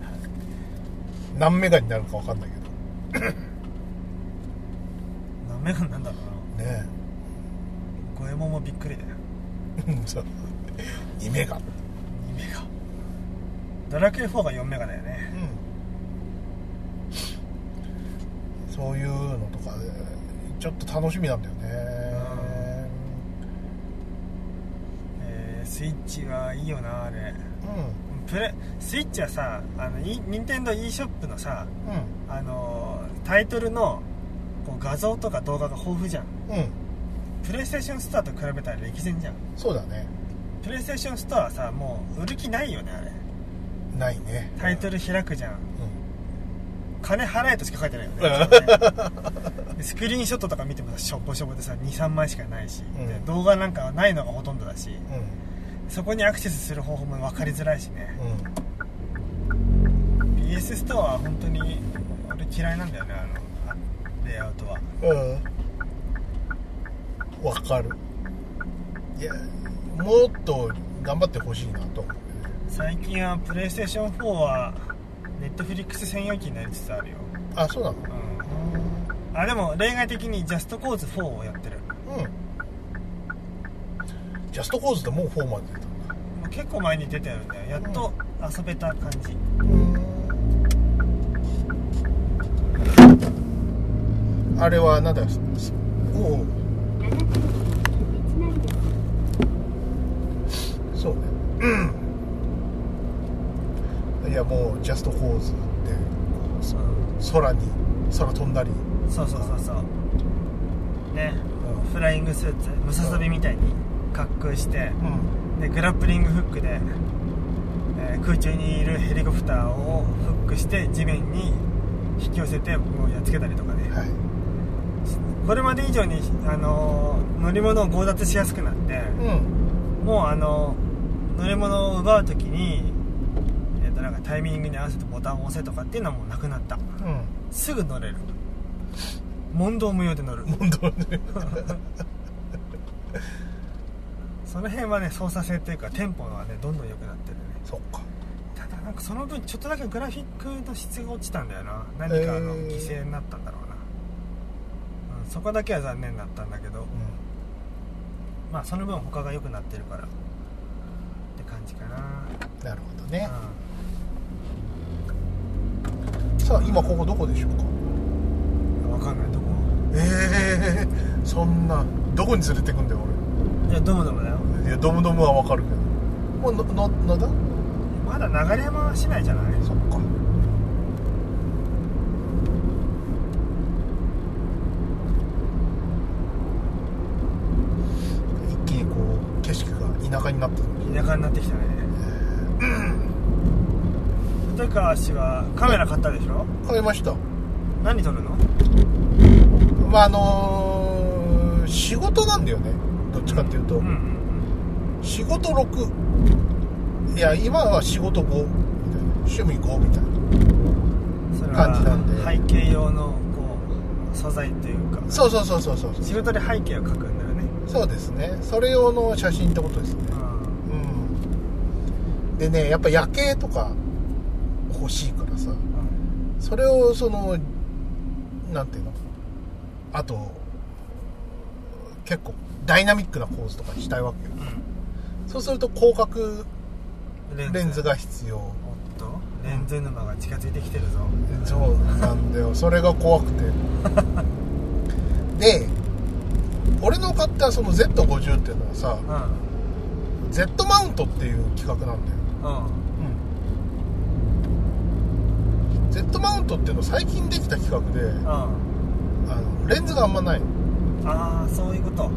B: 何メガになるか分かんないけど
A: 何メガネなんだろ
B: ね
A: うな五右衛門もびっくりだよ
B: えうんそう2メガ
A: 2メガドラクエ4が4メガだよね
B: そういうのとかでちょっと楽しみなんだよね
A: えースイッチはいいよなあれ
B: う
A: プレスイッチはさあの E- 任天堂 e ショップのさ
B: ん
A: あのータイトルのこう画像とか動画が豊富じゃん
B: うんうん
A: プレイステーションストアと比べたら歴然じゃん
B: そうだね
A: プレイステーションストアはさもう売る気ないよねあれ
B: ないね
A: タイトル開くじゃん
B: う
A: 金払えとしか書いてないよねでスクリーンショットとか見てもさしょぼしょぼでさ23枚しかないし、
B: うん
A: で動画なんかないのがほとんどだし
B: んうん
A: そこにアクセスする方法も分かりづらいしね
B: うん
A: PS ストアは本当に俺嫌いなんだよねあのあレイアウトは
B: うんわかるいやもっと頑張ってほしいなと思う
A: 最近はプレイステーション4はネットフリックス専用機になりつつあるよ、
B: あそうなの
A: うん、あでも例外的にジャストコーズ4をやってる
B: うんジャストコーズってもう4まで出たんだ
A: もう結構前に出てるんだよやっと遊べた感じ、
B: あれはなんだよすおう
C: あなたの道なんです。
B: そうねうんいやもうジャストコーズってそ空に空飛んだり
A: そうそうそうそうねフライングスーツムササビみたいに滑空して
B: うん
A: でグラップリングフックで、えー空中にいるヘリコプターをフックして地面に引き寄せてもうやっつけたりとかね
B: はい
A: これまで以上に、あのー乗り物を強奪しやすくなって、
B: うん
A: もうあの乗り物を奪う時に、えー、となんかタイミングに合わせてボタンを押せとかっていうのはもうなくなった
B: うん
A: すぐ乗れる問答無用で乗る
B: 本当ね
A: その辺はね操作性っていうかテンポがねどんどん良くなってるね
B: そっか
A: ただなんかその分ちょっとだけグラフィックの質が落ちたんだよな何かあの
B: えー
A: 犠牲になったんだろうな、うん、そこだけは残念だったんだけど
B: う
A: まあその分他が良くなってるからって感じかな、
B: んなるほどね
A: う
B: さあ今ここどこでしょう
A: ん、分
B: か
A: かんないとこ
B: ええー、そんなどこに連れてくんだよ
A: いやどうもどうもだよ
B: 俺いやドムドムはわかるけどもうののなんだ
A: まだ流山市内じゃない
B: そっか一気にこう景色が田舎になってる
A: 田舎になってきたね豊川氏はカメラ買ったでしょ
B: 買いました
A: 何撮るの
B: まああのー仕事なんだよねどっちかっていうと、
A: うんうん
B: 仕事6いや今は仕事5みたいな趣味5みたいな
A: うんそれ
B: 感じなんで
A: は背景用のこう素材っていうか
B: そうそうそうそうそう
A: 仕事で背景を描くんだよね
B: そうですねそれ用の写真ってことですね
A: うん
B: うんでねやっぱ夜景とか欲しいからさ
A: うん
B: それをそのなんていうのあと結構ダイナミックな構図とかにしたいわけよそうすると広角
A: レ
B: レンズが必要
A: おっとレンズ沼が近づいてきてるぞ
B: そうなんだよそれが怖く てで俺の買ったその Z50 っていうのはさ
A: うん
B: Z マウントっていう企画なんだよ、
A: うん
B: うん、Z マウントっていうの最近できた企画で
A: うんあ
B: あのレンズがあんまない
A: あーそういうこと
B: うん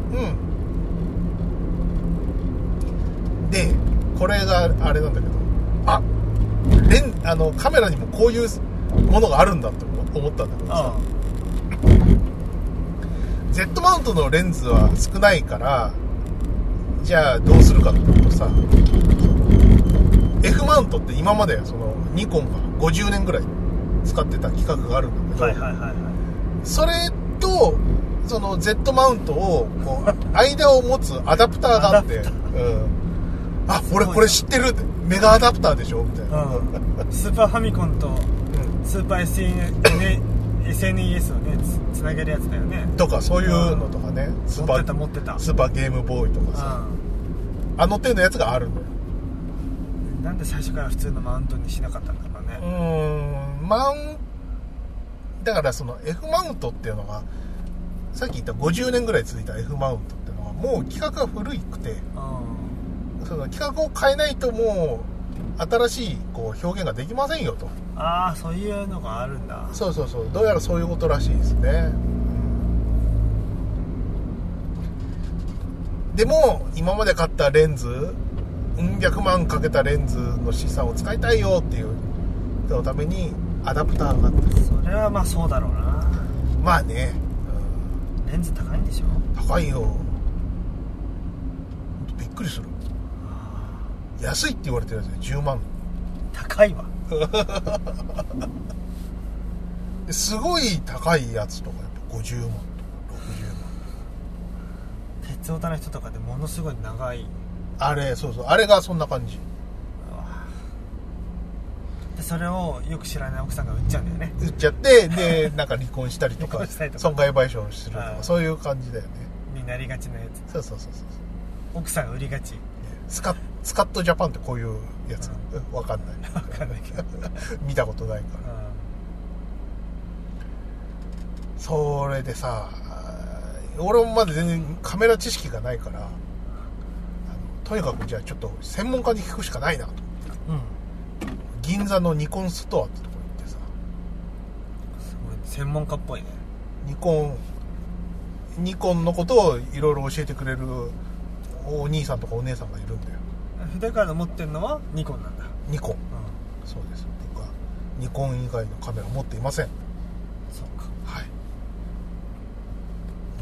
B: でこれがあれなんだけどあレンあのカメラにもこういうものがあるんだって思ったんだけどさ、
A: う
B: Z マウントのレンズは少ないからじゃあどうするかっていうとさ F マウントって今までそのニコンが50年ぐらい使ってた規格があるんだけ
A: ん
B: ど、
A: はいはいはいはい
B: それとその Z マウントをこう 間を持つアダプターがあって、
A: アダ
B: うん、あ
A: すごい
B: 俺
A: な
B: これ知ってるってメガアダプターでしょみたいな、
A: うん、スーパーファミコンと
B: う
A: スーパー SN SNES をねつつなげるやつだよね
B: ん、とかそういうのとかねス
A: 持
B: ー
A: って
B: パ
A: た
B: ー
A: 持ってた
B: スーパーゲームボーイとかさあの手のやつがあるのよ
A: うんなんで最初から普通のマウントにしなかったんだろう
B: う
A: ね
B: ーんマウンだからその F マウントっていうのがさっき言った50年ぐらい続いた F マウントっていうのはもう規格が古いくて
A: うん
B: その規格を変えないともう新しいこう表現ができませんよと
A: ああそういうのがあるんだ
B: そうそうそうどうやらそういうことらしいですねでも今まで買ったレンズうん百万かけたレンズの資産を使いたいよっていう人のためにアダプターがあって
A: それはまあそうだろうな
B: まあね、
A: レンズ高いんでしょ
B: うん高いよほんとびっくりする安いって言われてるやつで10万
A: 高いわ
B: ですごい高いやつとかやっぱ50万とか60万
A: 鉄オタの人とかでものすごい長い
B: あれそうそうあれがそんな感じ
A: でそれをよく知らない奥さんが売っちゃうんだよね
B: 売っち ゃってでなんか離婚したりとか
A: 離婚したりとか
B: 損害賠償すると
A: あ
B: か
A: あ
B: そういう感じだよね
A: になりがちなやつ
B: そうそうそうそう
A: 奥さん売りがち
B: ねスカスカットジャパンってこういうやつ、うん、わかんない
A: わかんないけど
B: 見たことないからそれでさ俺もまだ全然カメラ知識がないからあのとにかくじゃあちょっと専門家に聞くしかないなと
A: うん、うん、
B: 銀座のニコンストアってとこ行ってさ
A: すごい専門家っぽいね
B: ニコンニコンのことをいろいろ教えてくれるお兄さんとかお姉さんがいるんだよ
A: 筆から持ってるのはニコンなんだ、
B: ニコン
A: うん、
B: そうです僕はニコン以外のカメラ持っていません
A: そうか
B: はい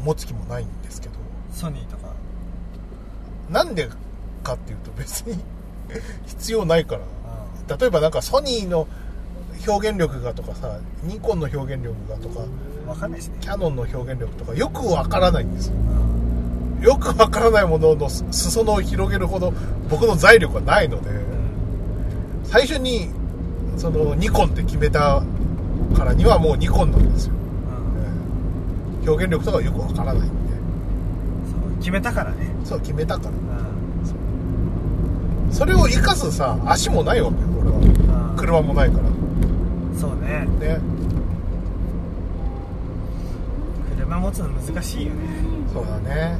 B: 持つ気もないんですけど
A: ソニーとか
B: なんでかっていうと別に必要ないから
A: あ
B: 例えばなんかソニーの表現力がとかさニコンの表現力がとか
A: あ分かんないしね
B: キャノンの表現力とかよくわからないんですよ
A: うん
B: よくわからないもののす裾野を広げるほど僕の財力はないので最初にそのニコンって決めたからにはもうニコンなんですよ、
A: うん
B: ええ表現力とかよくわからないんで
A: そう決めたからね
B: そう決めたから
A: うん
B: それを生かすさ足もないわけよ俺は
A: うん
B: 車もないから
A: そうね
B: ね
A: 車持つの難しいよね
B: そうだね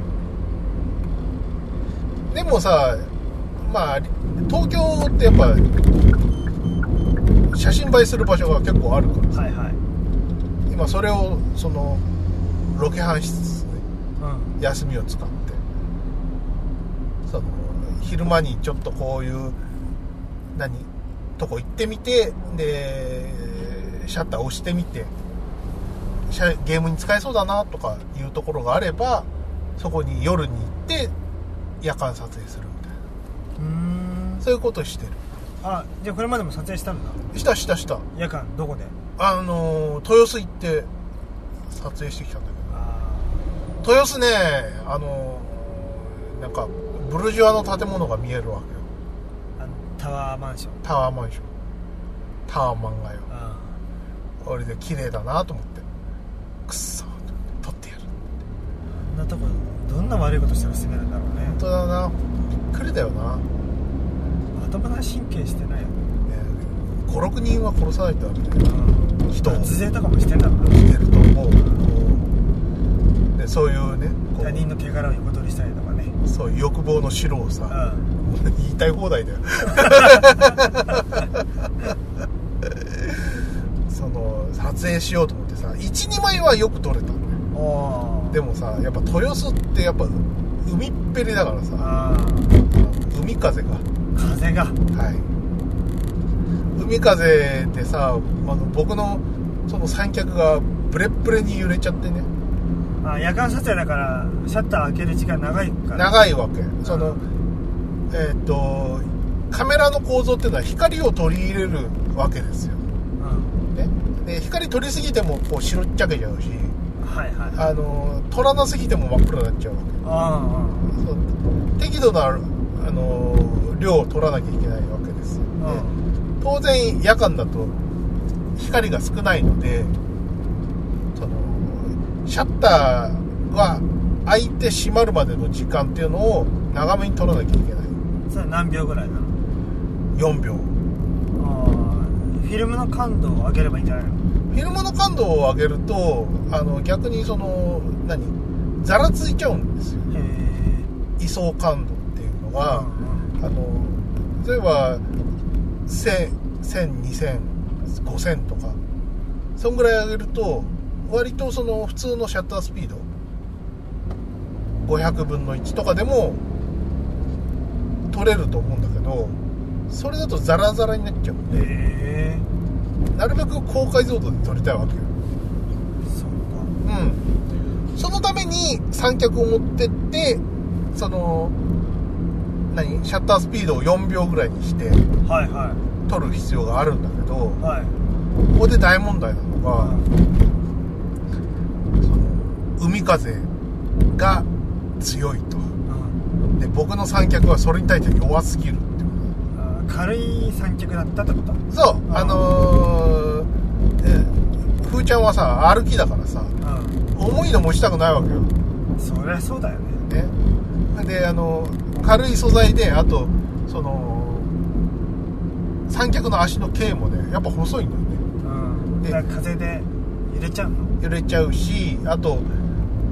B: でもさまあ東京ってやっぱ写真映えする場所が結構あるから
A: はいはい
B: 今それをそのロケハンしつつね
A: うん
B: 休みを使ってその昼間にちょっとこういう何とこ行ってみてでシャッター押してみてシャゲームに使えそうだなとかいうところがあればそこに夜に行って夜間撮影するみたいな
A: うーん
B: そういうことしてる
A: あじゃあこれまでも撮影したんだ
B: したしたした
A: 夜間どこで
B: あのー豊洲行って撮影してきたんだけど
A: あ
B: 豊洲ねあのなんかブルジュアの建物が見えるわけよ
A: あのタワーマンション
B: タワーマンションタワーマンがよ
A: あ
B: 俺で綺麗だなと思ってくっそーと思って撮ってやる
A: あんなとこどんな悪いことしたら住めるんだろうね
B: 本当だなびっくりだよな、ね、
A: まともな神経してないよね
B: 56人は殺さないとダメだよ
A: うん
B: 人を
A: 脱税とかもしてんだろうな
B: 見てると思うこうでそういうねこう
A: 他人の汚らを横取りしたりとかね
B: そういう欲望の白を
A: う
B: さ、
A: ん
B: 言いたい放題だよ その撮影しようと思ってさ12枚はよく撮れたのね
A: おー
B: でもさやっぱ豊洲ってやっぱ海っぺりだからさ
A: あ
B: 海風が
A: あ風が
B: はい海風でさあの僕のその三脚がブレッブレに揺れちゃってね
A: あ夜間撮影だからシャッター開ける時間長いから
B: 長いわけそのえーっ、とカメラの構造っていうのは光を取り入れるわけですよ、
A: うん
B: ね、で光取りすぎてもこう白っちゃけちゃうし
A: はいはい
B: あの取らなすぎても真っ黒になっちゃうわけ
A: うん
B: そう適度なあの量を取らなきゃいけないわけですよ
A: うん
B: ね、当然夜間だと光が少ないのでそのシャッターは開いて閉まるまでの時間っていうのを長めに取らなきゃいけない
A: うんそれは何秒ぐらいなの
B: 4秒
A: あーフィルムの感度を上げればいいんじゃないの
B: フィルムの感度を上げるとあの逆にその何ざらついちゃうんですよ
A: へえ
B: 位相感度っていうの
A: う
B: が、
A: ん
B: あの例えば100020005000とかそんぐらい上げると割とその普通のシャッタースピード500分の1とかでも撮れると思うんだけどそれだとザラザラになっちゃうん
A: うん
B: で
A: へえ
B: なるべく高解像度で撮りたいわけよ
A: そう
B: うん、そのために三脚を持ってってその何シャッタースピードを4秒ぐらいにして
A: かはいは
B: 撮る必要があるんだけど
A: いはい
B: ここで大問題なのはその海風が強いと
A: うん
B: で僕の三脚はそれに対して弱すぎるって
A: あー軽い三脚だったってこと
B: そうあのーえーふーちゃんはさ歩きだからさ
A: う
B: 重いの持ちたくないわけよ、
A: んそりゃそうだよね
B: ね、であの軽い素材であとその三脚の足の径もねやっぱ細いんだよね
A: うん
B: で
A: だから風で揺れちゃうの
B: 揺れちゃうしあと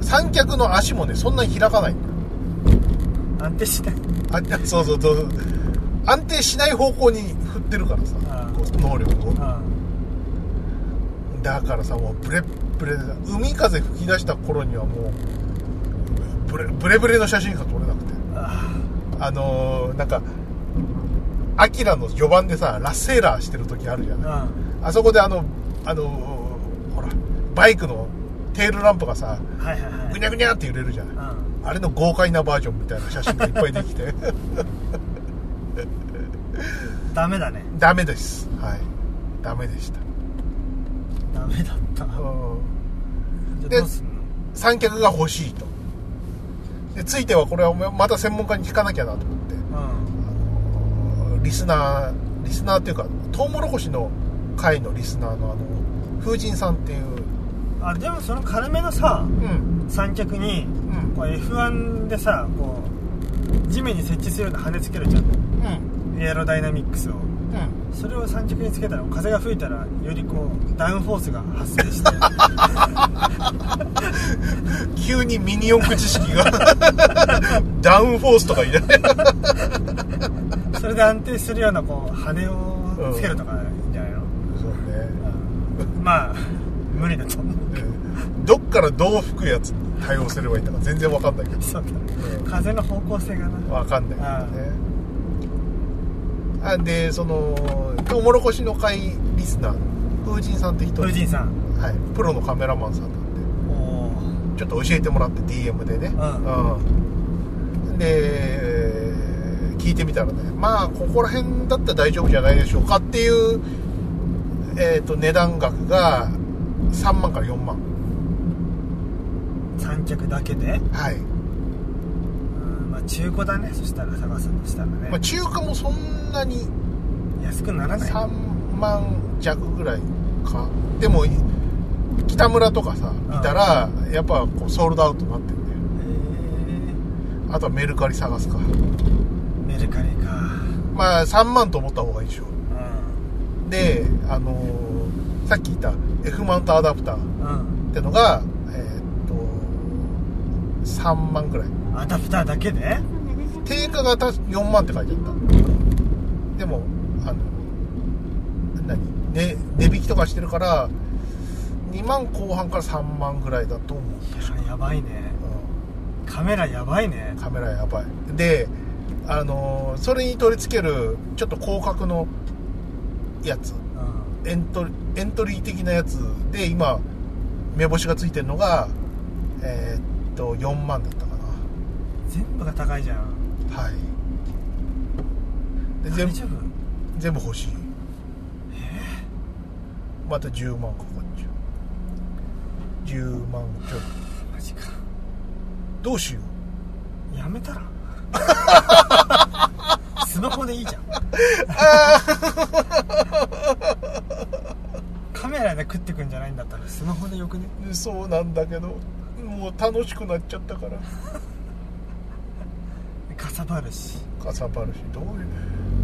B: 三脚の足もねそんなに開かないんだよ
A: 安定しない
B: あ そうそうそう安定しない方向に振ってるからさ
A: あー
B: こう能力
A: う
B: を
A: ん
B: だからさもうブレッブレでさ海風吹き出した頃にはもうブレブレブレの写真が撮れなくて
A: あ
B: あのーなんかアキラの序盤でさラッセーラーしてる時あるじゃない
A: ーうん
B: あそこであのあのーほらバイクのテールランプがさ
A: はいはいはい
B: ぐにゃぐにゃって揺れるじゃない
A: うん
B: あれの豪快なバージョンみたいな写真がいっぱいできて
A: ダメだね
B: ダメですはいダメでした
A: ダメだったじゃ
B: うん
A: あ
B: で
A: どうすんの
B: 三脚が欲しいとでついてはこれはまた専門家に聞かなきゃなと思って
A: うん
B: リスナーリスナーっていうかトウモロコシの会のリスナーのあの風神さんっていう
A: あでもその軽めのさ
B: うん
A: 三脚に
B: うん
A: こう F1 でさこう地面に設置するような跳ねつけるじゃん
B: うん
A: エアロダイナミックスを
B: うん
A: それを三脚につけたら風が吹いたらよりこうダウンフォースが発生 して
B: 急にミニ四駆知識が ダウンフォースとか言いない
A: それで安定するようなこう羽をつけるとかいいんじゃないの、
B: そうね
A: うんまあ無理だと思う
B: どっからどう吹くやつに対応すればいいんだか全然わかんないけど
A: そうだね風の方向性がな
B: わかんないけどねあでそのトウモロコシの会リスナーの風神さんって人
A: 風神さん
B: はい、プロのカメラマンさんなんで
A: おお
B: ちょっと教えてもらって DM でね、
A: うん
B: うんで聞いてみたらねまあここら辺だったら大丈夫じゃないでしょうかっていう、えー、と値段額が3万から4万
A: 三脚だけで、
B: はい、
A: うんまあ、中古だねそしたら探すとしたらね、
B: まあ、中華もそんなに
A: 安くならない
B: 3万弱ぐらいかでも北村とかさいたらやっぱこうソールドアウトになってるんだよ
A: えー
B: あとはメルカリ探すか
A: メルカリか
B: まあ3万と思った方がいいでしょう
A: う
B: で、あのーさっき言った F マウントアダプターっ
A: んうん
B: てのが、えーっと3万くらい
A: アダプターだけで
B: 定価がた4万って書いてあったでもあの何、ね、値引きとかしてるから2万後半から3万ぐらいだと思う、
A: やばいね
B: う
A: カメラやばいね
B: ん、カメラやばいで、あのーそれに取り付けるちょっと広角のやつ
A: うん
B: エントリエントリー的なやつで今目星がついてるのがえーっと4万だったか
A: 全部が高いじゃん
B: なはいで
A: 大
B: 全部
A: 丈夫
B: 全部欲しいまた10万かかっちゃう10万ちょい
A: マジか
B: どうしよ
A: やめた らスマホでいいじゃんカメラで食ってくんじゃないんだったらスマホでよくね
B: うそうなんだけどもう楽しくなっちゃったから
A: かさばるし
B: かさばるしどう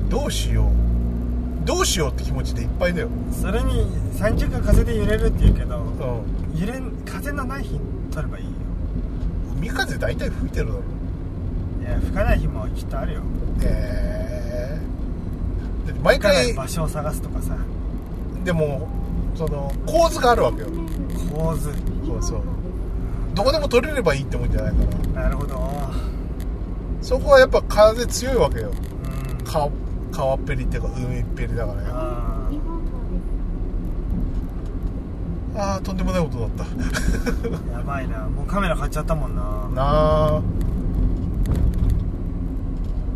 B: どうしようどうしようって気持ちでいっぱいだよ、
A: それに三脚が風で揺れるっていうけど
B: うん、
A: 揺れん風のない日撮ればいいよ
B: 海風大体吹いてるだろ
A: いや吹かない日もきっとあるよ
B: えーだって毎
A: 吹かない
B: 回
A: 場所を探すとかさ
B: でもその構図があるわけよ
A: 構図
B: そうそうどこでも取れればいいってもんじゃないから
A: なるほど
B: そこはやっぱ風強いわけよ
A: うん
B: か川っぺりっていうか海っぺりだからよ
A: あー
B: あーとんでもないことだった
A: やばいなもうカメラ買っちゃったもんな
B: なあ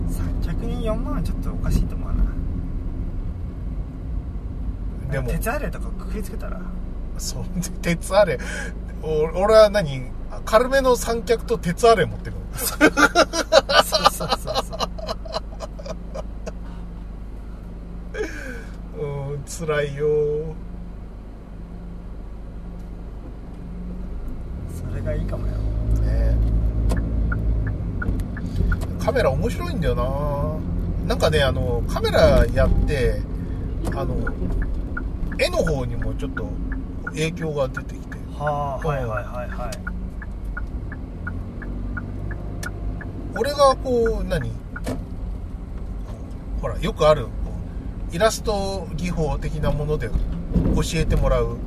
A: 三脚に4万はちょっとおかしいと思うな
B: でも
A: 鉄アレイとか食いつけたら
B: そう 鉄アレお俺は何軽めの三脚と鉄アレ持ってるの
A: そうそうそうそう
B: うん辛いよ
A: それがいいかもよ
B: ねカメラ面白いんだよななんかねあのカメラやってあの絵の方にもちょっと影響が出てきて
A: はあはいはいはいはい
B: 俺がこう何ほらよくあるこうイラスト技法的なもので教えてもらう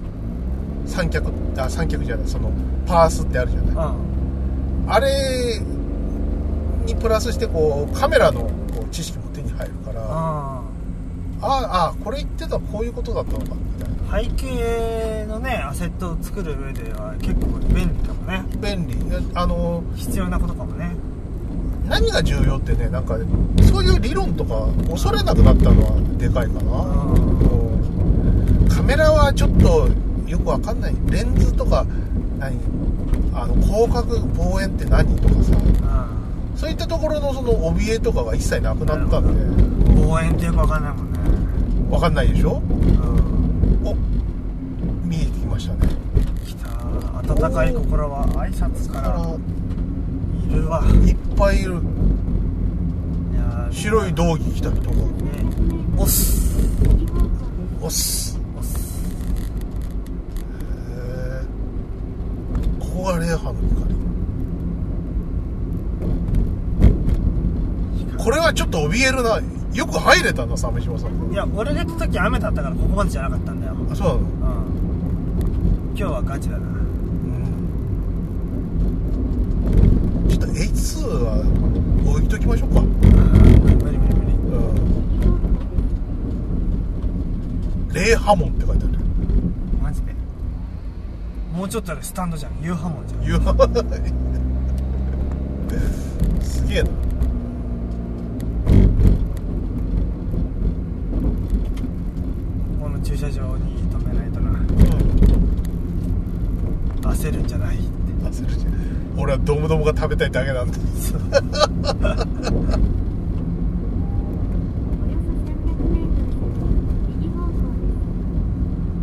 B: 三脚あ三脚じゃないそのパースってあるじゃない
A: うん
B: あれにプラスしてこうカメラのこう知識も手に入るからあ
A: あ
B: あこれ言ってたこういうことだったのかみたいな
A: あ背景のねアセットを作る上では結構便利かもね
B: 便利あの
A: 必要なことかもね
B: 何が重要ってねなんかそういう理論とか恐れなくなったのはでかいかなうんカメラはちょっとよくわかんないレンズとか何あの広角望遠って何とかさ
A: うん
B: そういったところのその怯えとかが一切なくなったんで
A: 望遠ってよくわかんないもんね
B: わかんないでしょ
A: うん
B: お見えてきましたね
A: きた温かい心は挨拶
B: だ
A: から
B: か
A: いるわ
B: らいっぱいい
A: い
B: る
A: やー
B: 白い道着着た人が
A: ね押す
B: おっす
A: 押す
B: へえここが礼波の光これはちょっと怯えるなよく入れたな鮫島さん
A: いや俺が行った時雨だったからここまでじゃなかったんだようん
B: あそうなの
A: 今日はガチだな
B: ちょっと H2 は置いときましょうか、
A: 無理無理無理無理
B: うん、レイハモンって書いてある
A: マジでもうちょっとだけスタンドじゃん夕飯もんじゃん
B: 言わないすげえな
A: この駐車場に止めないとな
B: うん
A: 焦るんじゃないって
B: 焦るし俺はドムドムが食べたいだけなんだ
C: およそ 300m 右方向です。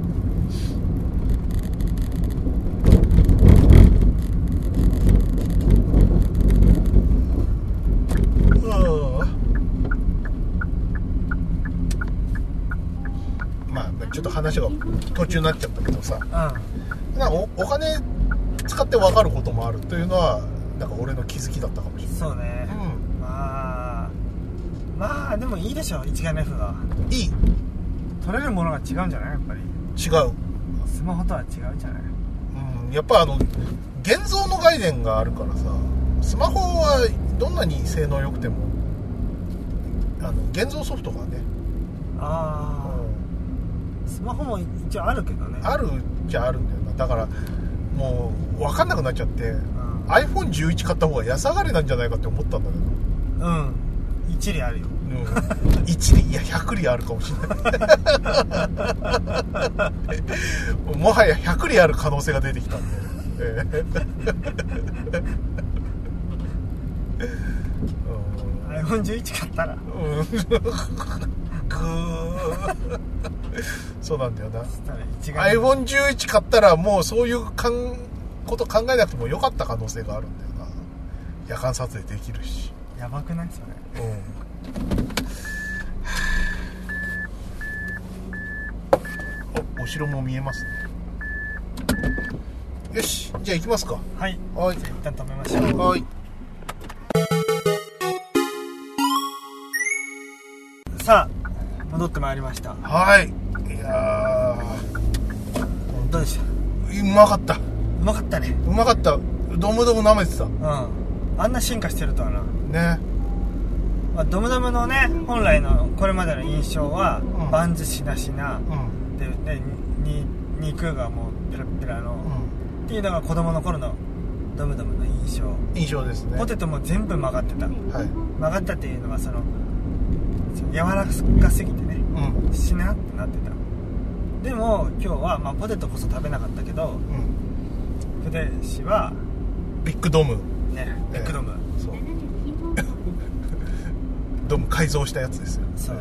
B: まあちょっと話が途中になっちゃったけどさ
A: う
B: なんかおお金使って分かることもあるというのはなんか俺の気づきだったかもしれ
A: んそうね
B: ない、
A: まあまあでもいいでしょ一眼レフは
B: うん、いい違
A: 取れるものが違うんじゃないやっぱり
B: う、
A: スマホとは違うんじゃない
B: うん、やっぱあの現像の概念があるからさスマホはどんなに性能良くてもあの現像ソフトがね、
A: ああスマホも一応あるけどね
B: あるっちゃあるんだよなだからもう分かんなくなっちゃって
A: うん
B: iPhone11 買った方が安上がりなんじゃないかって思ったんだけど
A: うん一理あるよ
B: 1でいや100里あるかもしれないもはや100里ある可能性が出てきたんで、ええ
A: iPhone11 買ったら
B: うんうんぐーそうなんだよな
A: そしたら一眼レフ
B: iPhone11 買ったらもうそういうかんこと考えなくてもよかった可能性があるんだよな夜間撮影できるし
A: やばくないそれ
B: おお城も見えますねよしじゃあ行きますか
A: はい
B: はい
A: 一旦止めましょう
B: はい
A: さあ戻ってまいりました
B: はいいや
A: どうでした
B: ーうまかったう
A: うまかったね
B: まかったどもども舐めてた
A: うんあんな進化してるとはな、
B: ね
A: まあ、ドムドムのね本来のこれまでの印象は、
B: ん
A: バンズしなしな
B: うん
A: ででに肉がもうペラペラの、
B: う
A: っていうのが子供の頃のドムドムの印象
B: ん印象ですね
A: ポテトも全部曲がってた曲
B: はい
A: がったっていうのはそのその柔らかすぎてね
B: うん
A: しなってなってたでも今日は、まあ、ポテトこそ食べなかったけど
B: うん
A: 久手市は
B: ビッグドーム
A: ねビッグドーム、
B: そう
C: 79号館
B: ドーム改造したやつですよ
A: そう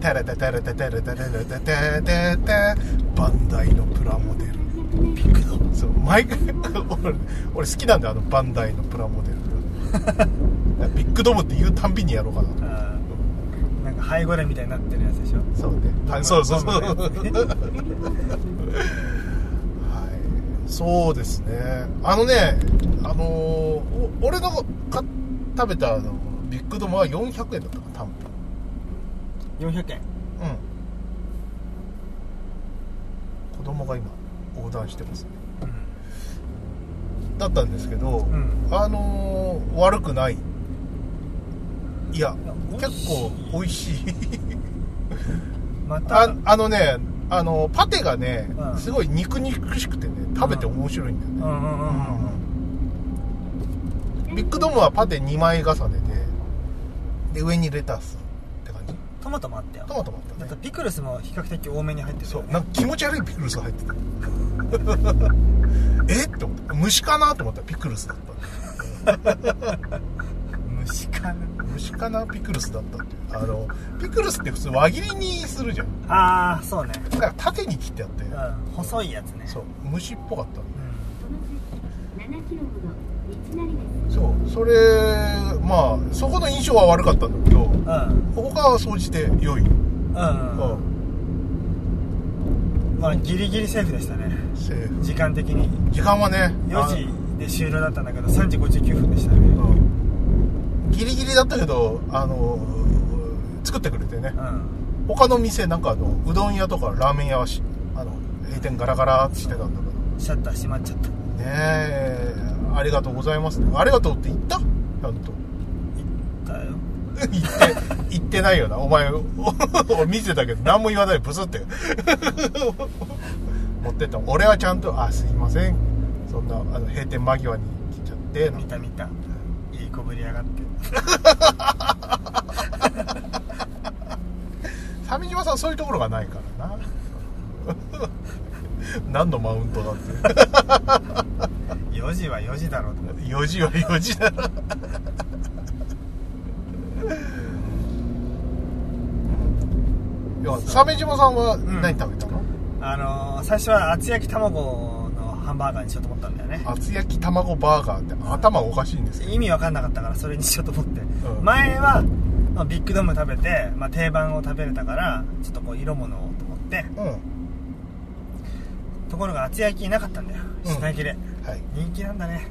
B: タラタタラタタラタラタタタタタバンダイのプラモデル
C: 300
A: ビッグドーム
B: そう毎回俺俺好きなんだよあのバンダイのプ ラモデルビッグドームって言うたんびにやろうかな
A: あーなんかハイゴレみたいになってるやつでしょ
B: そうねはいそうそうそう
A: ド
B: は
A: ームね
B: いそうですねあのねあのーお俺のか食べたあのビッグドームは400円だったかな単品
A: 400円
B: うん子供が今横断してますね
A: う
B: だったんですけど、
A: ん
B: あのー悪くないいや
A: いや
B: 結構美味し い
A: んまた
B: ああのねあのパテがね、
A: うん
B: すごい肉肉しくてね食べて面白いん
A: うんう
B: だよね、
A: んうんうんうん
B: ビッグドームはパテ2枚重ねでで上にレタスって感じ
A: トマトもあったよ
B: トマトもあった
A: だっ
B: ね
A: てピクルスも比較的多めに入ってる
B: そ
A: よ
B: う
A: ね
B: なんか気持ち悪いピクルス入 ってたえって思った虫かなと思ったらピクルスだった
A: 虫かな
B: 虫かなピクルスだったっていうあのピクルスって普通輪切りにするじゃん
A: ああそうね
B: だから縦に切ってあって、
A: うん細いやつね
B: そう虫っぽかったの
A: う
C: キロほど道なりです。
B: そうそれまあそこの印象は悪かったんだけど
A: んうん
B: 他は総じて良い、うん
A: うんうんまあギリギリセーフでしたね
B: セーフ
A: 時間的に
B: 時間はね
A: 4時で終了だったんだけど3時59分でしたね
B: あのうんギリギリだったけどあの作ってくれてね
A: うん
B: 他の店なんかあのうどん屋とかラーメン屋はしあの閉店ガラガラってしてたんだけど
A: シャッター閉まっちゃった
B: ねえありがとうございますありがとうって言ったちゃんと
A: だよ
B: 言って言ってないよなお前 お見てたけど何も言わないブスって 持ってった俺はちゃんと「あすいませんそんなあの閉店間際に来ちゃって」なん
A: 見
B: て
A: た見たいいこぶりやがって
B: 鮫島さんそういうところがないからな 何のマウントだって
A: 4時は4時だろうと思って
B: 4時は4時だな鮫島さんは何食べたの、
A: あのー最初は厚焼き卵のハンバーガーにしようと思ったんだよね
B: 厚焼き卵バーガーって頭おかしいんですよ
A: 意味わかんなかったからそれにしようと思って、
B: うん
A: 前は、まあ、ビッグドーム食べて、まあ、定番を食べれたからちょっとこう色物をと思って
B: うんは
A: ところが厚焼きなかったんだよ
B: うん
A: 品切れ、
B: い
A: 人気なんだ ね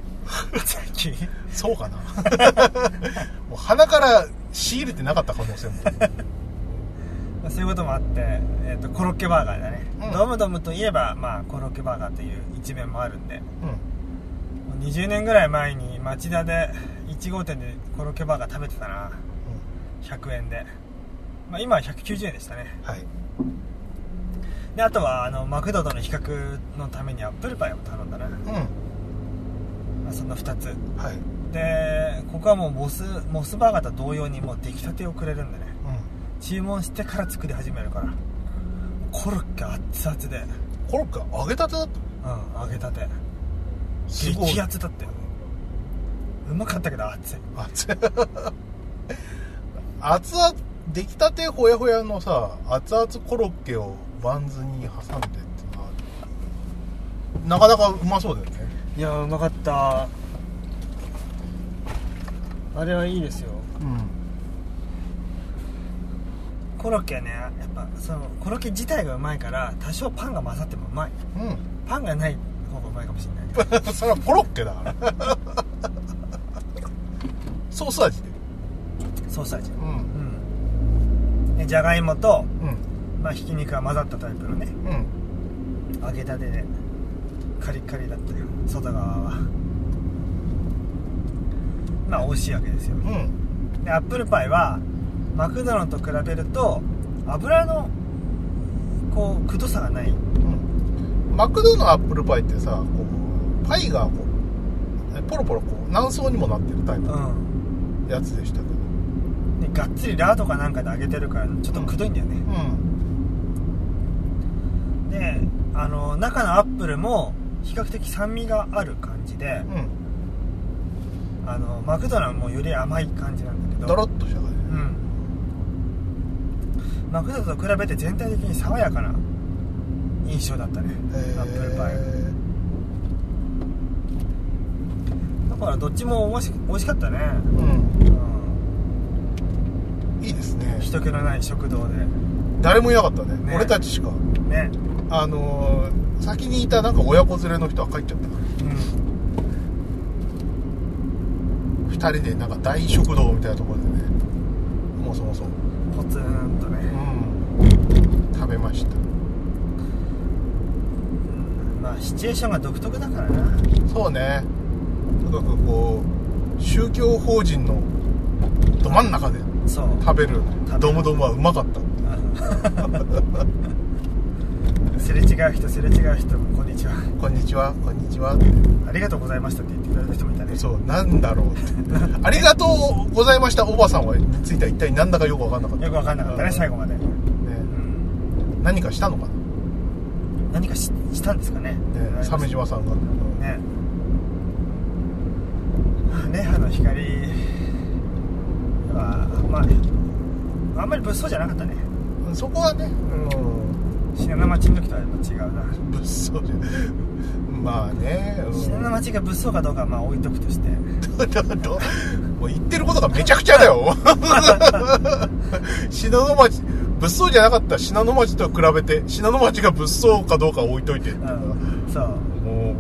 A: 厚焼き
B: そうかな もう鼻から仕入れてなかった可能性も
A: まあそういうこともあって、えー、とコロッケバーガーだね、
B: うん
A: ドムドムといえば、まあ、コロッケバーガーという一面もあるんでも
B: う、
A: う20年ぐらい前に町田で1号店でコロッケバーガー食べてたなん100円で、まあ、今は190円でしたね
B: うん、はい
A: であとはあのマクドとの比較のためにアップルパイを頼んだな、ま
B: う
A: あ、その2つ
B: んはい
A: でここはもうモスモスバーガーと同様にもう出来たてをくれるんでね
B: う
A: 注文してから作り始めるからコロッケ熱々で、
B: んコロッケ揚げたてだった
A: うん、揚げたて
B: すごい
A: 激熱だってうまかったけど熱い
B: 熱い 熱々出来たてほやほやのさ熱々コロッケをバンズに挟んでってのはなかなかうまそうだよね
A: いやうまかったあれはいいですよ
B: うん
A: コロッケねやっぱそのコロッケ自体がうまいから多少パンが混ざってもうまいパンがない方がうまいかもしれ ない
B: うん それはコロッケだから ソース味で
A: ソース味
B: うん
A: うんでじゃがいもと、
B: うん
A: まあ、ひき肉が混ざったタイプのね
B: うん
A: 揚げたてでカリッカリだったよ外側はまあ美味しいわけですよ
B: うん
A: でアップルパイはマクドナルドと比べると油のこうくどさがない
B: うんマクドのアップルパイってさこうパイがこうポロポロこう何層にもなってるタイプの
A: うん
B: やつでしたけど
A: でがっつりラーとかなんかで揚げてるからちょっとくどいんだよね、
B: うん
A: であの中のアップルも比較的酸味がある感じで、
B: うん
A: あのマクドナルドもより甘い感じなんだけど
B: ドロッとした感じ
A: うんマクドナルドと比べて全体的に爽やかな印象だったね
B: えー
A: アップルパイだからどっちも美味し美味しかったね、
B: う
A: うん
B: いいですね
A: ん、人気のない食堂で
B: 誰もいなかったね
A: ね
B: 俺たちしか
A: ね
B: あのー先にいたなんか親子連れの人は帰っちゃったか
A: うん
B: ら2人でなんか大食堂みたいなところでねもうそもそも
A: ポツンとね、
B: うん食べました
A: うんまあシチュエーションが独特だからな
B: そうねとにかくこう宗教法人のど真ん中で
A: そう
B: 食べる
A: べる
B: ドムドムはうまかっ
A: あのすれ違う人すれ違う人こんにちは
B: たこんにちはこんにちは
A: ありがとうございましたって言ってくれる人もいたね
B: そうなんだろうってありがとうございましたおばさんはについては一体何だかよく分かんなかった
A: よく分かんなかったね最後まで、う
B: ね
A: ん、
B: 何かしたのかな、
A: 何かししたんですかね
B: ね、鮫島さんが、
A: ねレハの光はまああんまり物騒じゃなかったね
B: うんそこはね、う、
A: 品川町の時とはやっぱ違うなん
B: 物騒じゃまあね、うん
A: 品川町が物騒かどうかはまあ置いとくとして
B: どうどうもう言ってることがめちゃくちゃだよ 信濃町物騒じゃなかった信濃町と比べて信濃町が物騒かどうかは置いといて、
A: うんそう
B: も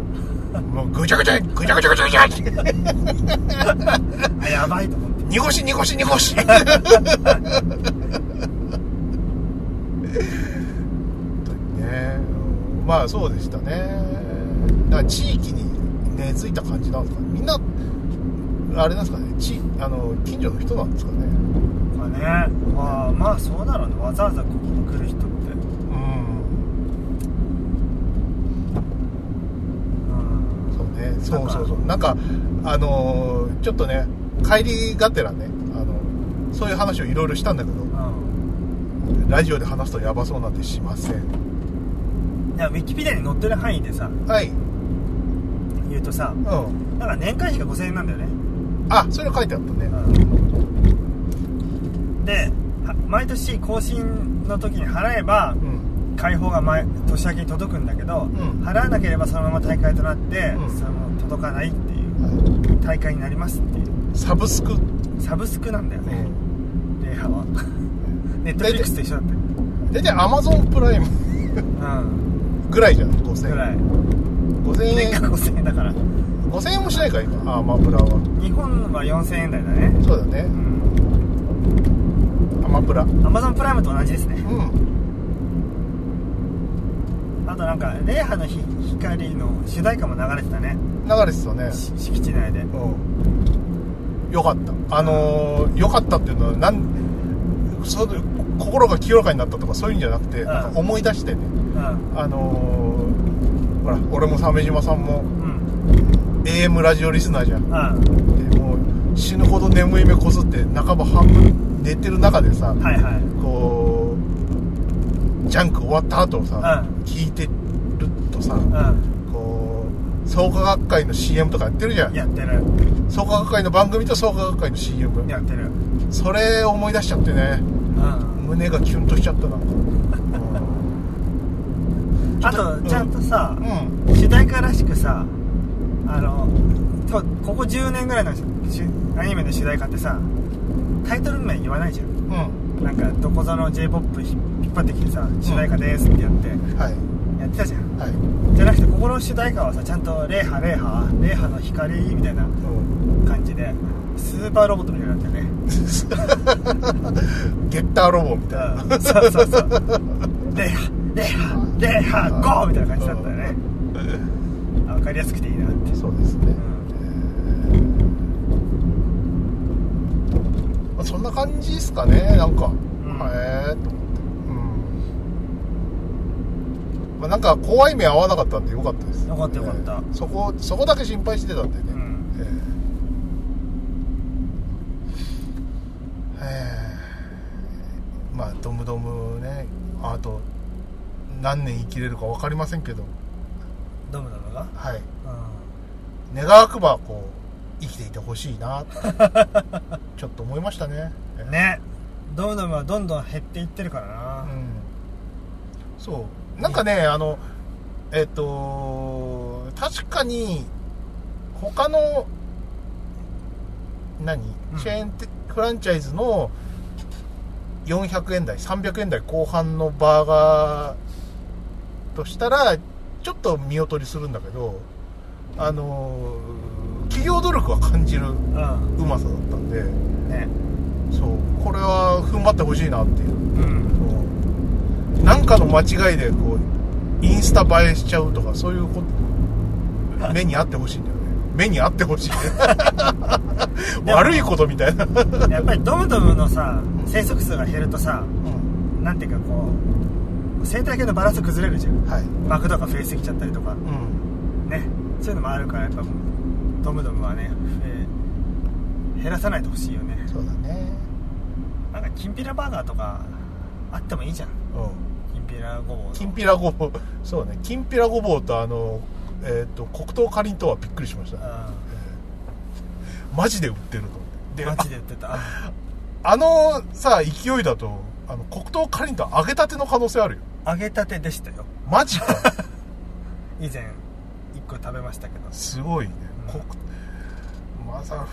B: うもうぐちゃぐちゃぐちゃぐちゃぐちゃぐちゃ
A: あやばいと思って
B: 濁し濁し 濁し本当にねうんまあそうでしたねだから地域に根付いた感じなんですかねみんなあれなんですかね地あの近所の人なんですかね
A: まあねまあまあそうだろうねわざわざここに来る人って
B: うん
A: うん
B: そうねそうそうそうなんかあのーちょっとね帰りがてらねあのそういう話をいろいろしたんだけど
A: うん
B: ラジオで話すとやばそうなんてしません
A: いやウィキペディアに載ってる範囲でさ
B: はい
A: 言うとさ
B: うん
A: なんか年会費が5000円なんだよね
B: あそれ書いてあったね
A: では毎年更新の時に払えば
B: うん
A: 解放が毎年明けに届くんだけど、
B: ん
A: 払わなければそのまま大会となって、
B: うん
A: その届かないっていう大会になりますっていう
B: サブスク、
A: サブスクなんだよね、レイハ はネットフ
B: 大
A: リッ
B: 体
A: クスと一緒だったよ
B: 大体アマゾンプライム
A: うん
B: ぐらいじゃん5000
A: ぐらい
B: 円5000
A: 年間
B: 円
A: 5000円だから
B: 5000円もしないか今アマプラは
A: 日本は4000円台だね
B: そうだね
A: うん
B: アマプラうん
A: アマゾンプライムと同じですねあとなんか「レイハの日光」の主題歌も流れてたね
B: 流れてたね
A: し敷地内で
B: うんよかったあのーよかったっていうのはなんそう心が清らかになったとかそういうんじゃなくて、
A: ん
B: なんか思い出してね
A: うん
B: あのーほら俺も鮫島さん
A: う
B: も
A: ん、
B: AM ラジオリスナーじゃん
A: うん
B: でもう死ぬほど眠い目こすって半ば半分寝てる中で
A: は
B: さ
A: いはい
B: こうジャンク終わった後さ、
A: う
B: 聞いてるとさ
A: う
B: こう創価学会の CM とかやってるじゃ
A: ん
B: ん
A: やってる
B: 創価学会の番組と創価学会の CM
A: やってる
B: それ思い出しちゃってね
A: うん
B: 胸がキュンとしちゃっ たなんか
A: あとちゃんとさ
B: う、ん
A: 主題歌らしくさあのとここ10年ぐらいのしアニメの主題歌ってさタイトル名言わないじゃん
B: うん
A: なんかどこぞの j p o p 引っ張ってきてさ主題歌ですってやって、
B: はい
A: やってたじゃん
B: はい、
A: じゃなくてここの主題歌はさちゃんと「レイハレイハレイハの光」みたいな
B: うん
A: 感じでスーパーロボットみたいになってね
B: ゲッターロボみたいな
A: うんそうそうそう「レイハレイハレイハゴー!」みたいな感じだったよね分かりやすくていいなって
B: そうですね、まあ、そんな感じですかねなんか、
A: ん
B: へえと思ってうん、まあ、なんか怖い目合わなかったんでよかったです
A: よかったよかった
B: ええそこそこだけ心配してたんでね、
A: うん
B: ええへえまあドムドムねあと何年生きれるか分かりませんけど
A: ドムなのが
B: はい
A: うん
B: 願わくばこう生きていてほしいな ってちょっと思いましたねえー
A: ねドムドムはどんどん減っていってるからな、
B: うんそうなんかねあのえっ、と確かに他の何
A: うん
B: チェーンてフランチャイズの400円台300円台後半のバーガーとしたらちょっと見劣りするんだけどあの企業努力は感じるう
A: うん
B: まさだったんで
A: ね
B: そうこれは踏ん張ってほしいなっていう
A: うん
B: なんかの間違いでこうインスタ映えしちゃうとかそういうこと目にあってほしいんだよね目にあってほしい 悪いことみたいな、
A: やっぱりドムドムのさ生息数が減るとさなんていうかこう生態系のバランス崩れるじゃん
B: はい、
A: 膜とか増えすぎちゃったりとか
B: うん、
A: ねそういうのもあるからやっぱドムドムはね、えー減らさないでほしいよね
B: そうだね
A: なんかきんぴらバーガーとかあってもいいじゃん
B: うん
A: きんぴらごぼうの
B: きんぴらごぼうそうねきんぴらごぼうとあのえっ、と黒糖かりんとうはびっくりしました、ねマジで売ってると思って
A: うん
B: で
A: マジで言ってた
B: ああのさ勢いだとあの黒糖かりんとう揚げたての可能性あるよ
A: あ揚げたてでしたよ
B: マジか
A: 以前1個食べましたけど
B: すごいね、
A: うん
B: 黒まさか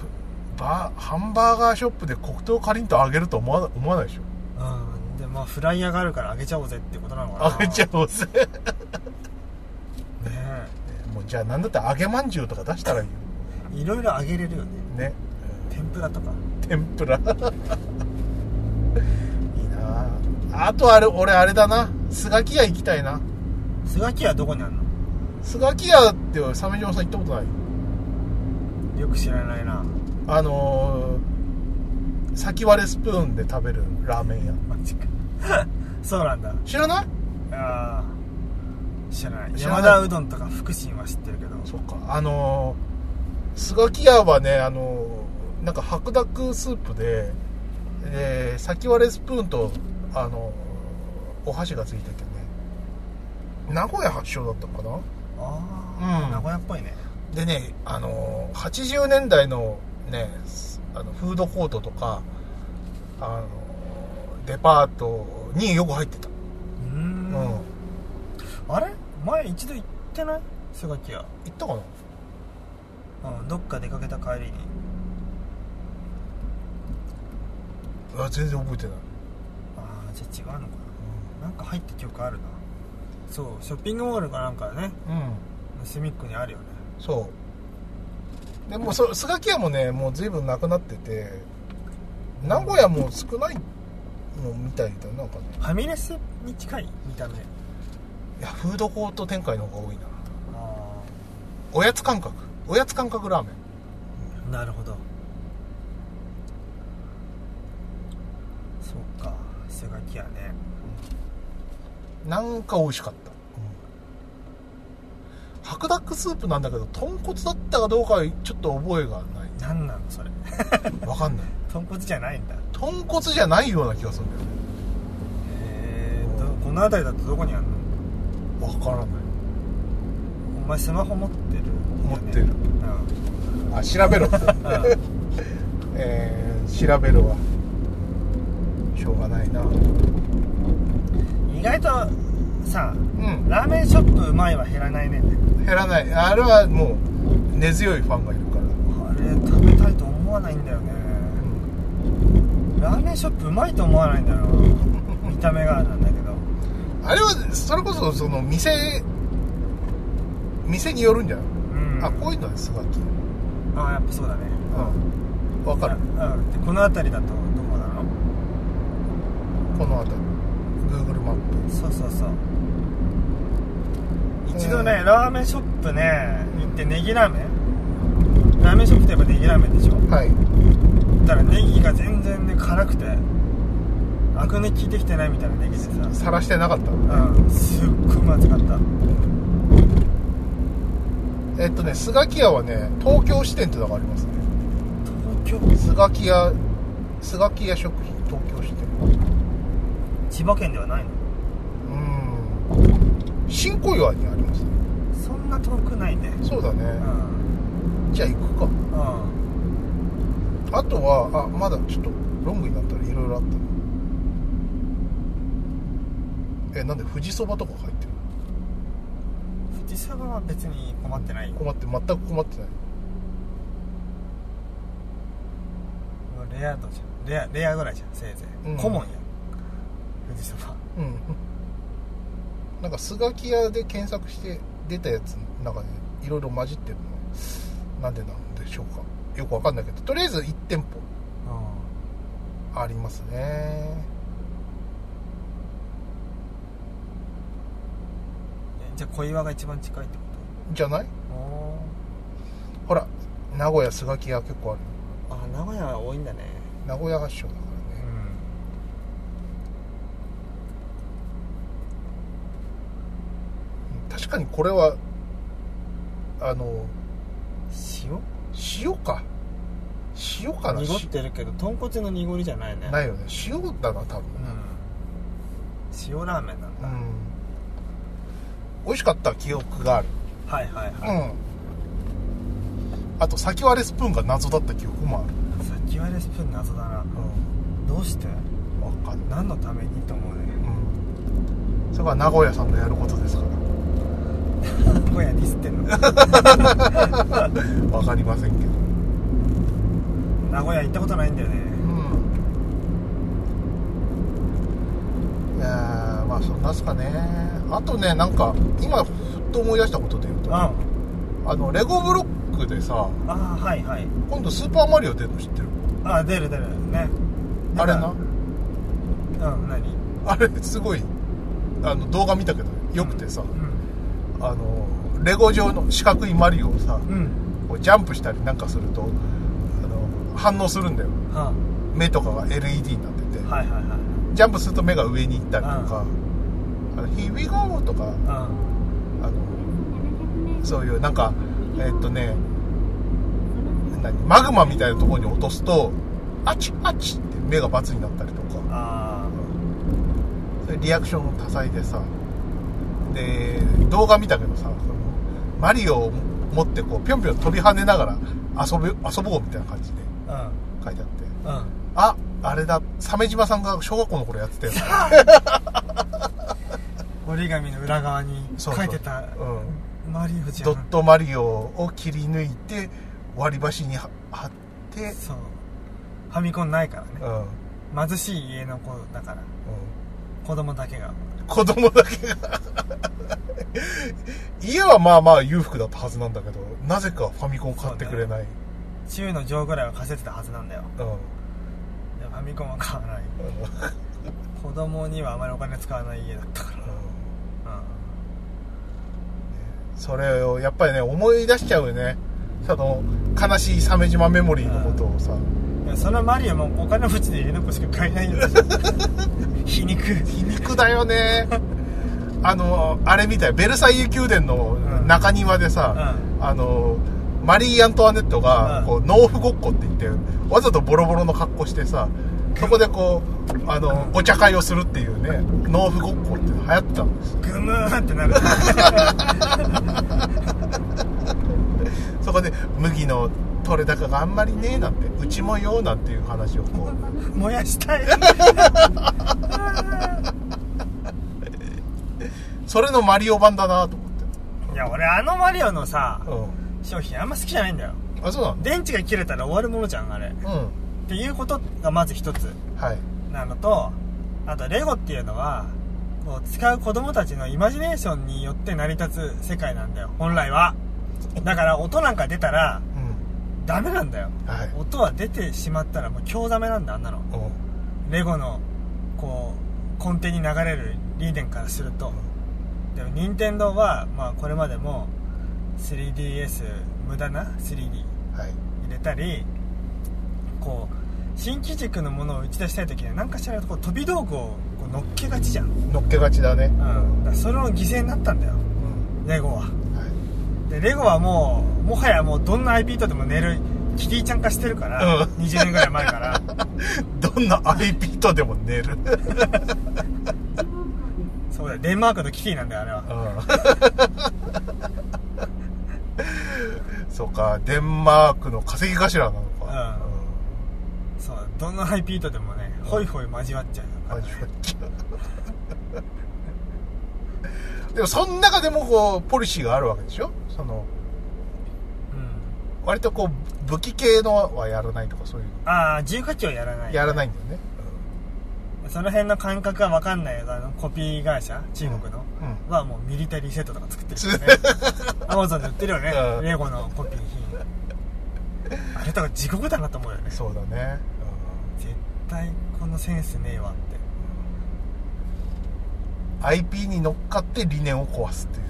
B: バーハンバーガーショップで黒糖かりんとう揚げると思わな思わないでしょ
A: うんでまあフライヤーがあるから揚げちゃおうぜってことなのかな
B: 揚げちゃおう ぜね
A: ね
B: もうじゃあなんだったら揚げまんじゅうとか出したらいいよ
A: えいろいろ揚げれるよね
B: ね
A: 天ぷらとか
B: 天ぷら いいなああとあれ俺あれだなスガキ屋行きたいな
A: スガキはどこにあるの
B: スガキ屋って鮫島さん行ったことない
A: よく知らないな
B: あのー、先割れスプーンで食べるラーメン屋
A: マジか そうなんだ
B: 知らない
A: あー知らない
B: 知らな
A: 山
B: い
A: 田うどんとか福神は知ってるけど
B: そうかあのースガキ屋はねあのーなんか白濁スープで、えー先割れスプーンとあのーお箸がついててね名古屋発祥だったのかな
A: あ
B: う
A: あ
B: ん
A: 名古屋っぽいね
B: でねあのー80年代のねすあのフードコートとかあのーデパートによく入ってた、
A: うー
B: うんん、行
A: あれ前一度行ってないスガキ屋
B: ったかな
A: うんどっか出かけた帰りに
B: あ全然覚えてない
A: ああじゃあ違うのかななんか入った記憶あるなそうショッピングモールかなんかね
B: うん
A: 隅っこにあるよね
B: そうでもうそスガキ屋もねもう随分なくなってて名古屋も少ないのみたいだなんかね
A: ファミレスに近い見た目
B: いやフードコート展開の方が多いな
A: あ
B: おやつ感覚おやつ感覚ラーメン
A: あなるほどそうかスガキ屋ね
B: なんか美味しかった、白濁スープなんだけど豚骨だったかどうかはちょっと覚えがない
A: なんなのそれ
B: わかんない
A: 豚骨じゃないんだへ
B: 豚骨じゃないような気がするんだよね
A: えーとこの辺りだとどこにあるの
B: わからない
A: お前スマホ持ってる
B: 持ってる
A: う
B: あ調 べろ
A: んうん
B: えー、調べるわしょうがないなう
A: 意外とさ
B: ん
A: ラーメンショップうまいは減らないねって
B: 減らないあれはもう根強いファンがいるから、
A: あれ食べたいと思わないんだよねラーメンショップうまいと思わ ないんだよな見た目がなんだけど
B: あれはそれこそその店店によるんじゃない、
A: うん
B: あこういうのはすごい
A: あやっぱそうだね
B: うんわかる
A: うんでこの辺りだとどこなの
B: この辺り Google マップ
A: そうそうそう一度
B: う
A: ね
B: ん
A: ラーメンショップね行ってネギラーメンラーメンショップといえばネギラーメンでしょ
B: はい
A: 行ったらネギが全然ね辛くてアクネ効いてきてないみたいなネギでさ
B: 晒してなかった
A: うんすっごいまずかった
B: えっとねスガキ屋はね東京支店ってのがありますね
A: 東京
B: スガキ屋スガキ屋食品東京支店
A: 千葉県ではないの
B: うん新小岩にありますね
A: そんな遠くないね
B: そうだね
A: うん
B: じゃあ行くか
A: うん
B: あとはあまだちょっとロングになったらいろいろあったえなんで富士そばとか入ってる
A: 富士山は別に困ってないよ
B: 困って全く困ってない
A: レア度じゃんレアレアぐらいじゃんせいぜい、
B: うん
A: 顧問やん富士山は
B: うんなんかスガキ屋で検索して出たやつの中でいろいろ混じってるのなんでなんでしょうかよくわかんないけどとりあえず1店舗ありますね
A: えじゃあ小岩が一番近いってこ
B: じゃない
A: とお
B: ほら名古屋スガキ屋結構ある
A: ーあ名古屋は多いんだね
B: 名古屋発祥だからね
A: う
B: うん確かにこれはあの
A: ん
B: 塩か塩か
A: 塩
B: な
A: 濁ってるけど豚骨の濁りじゃないね
B: しないよね塩だな多分、
A: うん塩ラーメンなん
B: う
A: だ、
B: ん、美味しかった記憶がある
A: はいはいはい、
B: うんあと先割れスプーンが謎だった記憶もある
A: さっき割れスプーン謎だなどうして
B: 分かんない、
A: 何のためにと思うね
B: うん、それが名古屋さんのやることですから
A: 今夜ディスってんの
B: 分かりませんけど
A: 名古屋行ったことないんだよね
B: うんいやーまあそんなっすかねあとねなんか今ふっと思い出したことで言う
A: う
B: と、
A: んあ
B: あのレゴブロックでさ
A: あはいはい
B: 今度スーパーマリオ出るの知ってる
A: ああ出る出るね
B: あれな
A: うん何
B: あれすごいあの動画見たけどよくてさ、
A: うん
B: あのレゴ状の四角いマリオをさ
A: うん
B: こうジャンプしたりなんかするとあの反応するんだよ
A: は
B: 目とかが LED になってて、
A: あはいはいはい
B: ジャンプすると目が上に行ったりとか「あの Here we go!」とか
A: うん
B: あのそういうなんかえっとね何マグマみたいなところに落とすと「あちあち!」って目がバツになったりとか
A: あ
B: それリアクション多彩でさで動画見たけどさそのマリオを持ってこうぴょんぴょん飛び跳ねながら遊ぶ遊ぼうみたいな感じで
A: あ
B: 書いてあっ
A: う
B: て
A: んうん
B: ああれだ鮫島さんが小学校の頃やってたやつ
A: 折り紙の裏側に書
B: そうそう
A: いてた
B: う
A: マリオじ
B: ん、
A: ゃん
B: ドットマリオを切り抜いて割り箸には貼って、
A: そうファミコンないからね
B: うんうん、
A: 貧しい家の子だから子供だけが
B: 子供だけが家はまあまあ裕福だったはずなんだけどなぜかファミコン買ってくれない
A: 中の上ぐらいは貸せてたはずなんだよ
B: う、
A: で
B: ん
A: ファミコンは買わない
B: う
A: 子
B: ん
A: 供にはあまりお金使わない家だったか
B: う
A: ら
B: んそれをやっぱりね思い出しちゃうよねその悲しい鮫島メモリーのことをさ
A: うんいやそのマリオもお金持ちで家の子しか買えないんだよ 皮肉
B: 皮肉だよねあのあれみたいベルサイユ宮殿の中庭でさ、あのマリー・アントワネット
A: う
B: が
A: ん
B: こう農夫ごっこって言ってわざとボロボロの格好してさそこでこうあのお茶会をするっていうね農夫ごっこって流行ってたんですよ
A: グムーってなる
B: そこで麦の取れ高があんまりねえなんてうちもようなんていう話をこう
A: 燃やしたい
B: それのマリオ版だなと思って
A: いや俺あのマリオのさ
B: う
A: 商品あんま好きじゃないんだよ
B: んあそうな
A: 電池が切れたら終わるものじゃんあれっ
B: の
A: ていうことがまず一つ
B: うんはい
A: なのとあとレゴっていうのはこう使う子供たちのイマジネーションによって成り立つ世界なんだよ本来はだから音なんか出たら
B: うん
A: ダメなんだよ
B: はい
A: 音は出てしまったらもう強ダメなんだあんなの
B: うん
A: レゴのこう根底に流れるリーデンからするとでも任天堂はまあこれまでも 3DS 無駄な 3D
B: はい
A: 入れたりこう新機軸のものを打ち出したい時には何かしらこう飛び道具をこう乗っけがちじゃん、うん、
B: 乗っけがちだね
A: だからそれの犠牲になったんだよ
B: うん
A: レゴは
B: はい
A: でレゴはもうもはやもうどんな IP とでも寝るキティちゃん化してるから、
B: うん
A: 20年ぐらい前から
B: どんな IP とでも寝る
A: そうだよデンマークのキキなんだよあれは
B: うん そうかデンマークの化石頭なのか、
A: うんそうどんなハイピートでもねホイホイ交わっちゃう
B: うん味わっちゃうでもその中でもこうポリシーがあるわけでしょその
A: うん
B: 割とこう武器系のはやらないとかそういう
A: ああ重火器をやらない
B: やらないんだよね、
A: その辺の感覚は分かんないけどあのコピー会社中国の、
B: うんうん
A: はもうミリタリーセットとか作って るからねアマゾンで売ってるよね
B: うん
A: レゴのコピー品あれとか地獄だなと思うよね
B: そうだね、
A: 絶対このセンスねえわって
B: うん、IP に乗っかって理念を壊すっていう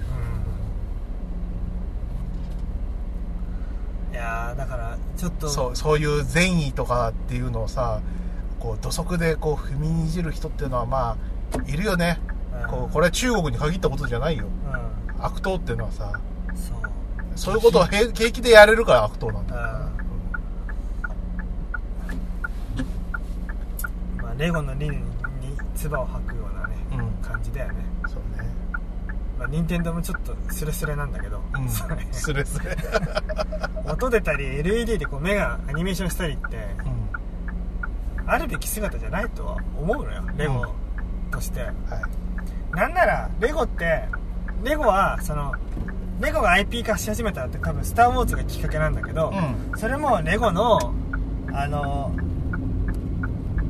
A: うんいやーだからちょっと
B: そうそういう善意とかっていうのをさこう土足でこう踏みにじる人っていうのはまあいるよね、
A: うん
B: こうこれは中国に限ったことじゃないよ
A: う
B: 悪党っていうのはさ
A: んそう
B: そういうことを平平気でやれるから悪党なんだよ
A: まあ、レゴの理念に唾を吐くようなね、
B: うん
A: 感じだよね
B: そうね
A: まあ任天堂もちょっとスレスレなんだけど、
B: うん
A: それ
B: スレス レ、
A: 音出たり LED でこう目がアニメーションしたりって
B: うん
A: あるべき姿じゃないとは思うのよレゴとして、
B: はい、
A: なんならレゴってレゴはそのレゴが IP 化し始めたって多分「スター・ウォーズ」がきっかけなんだけど、
B: う
A: それもレゴのあの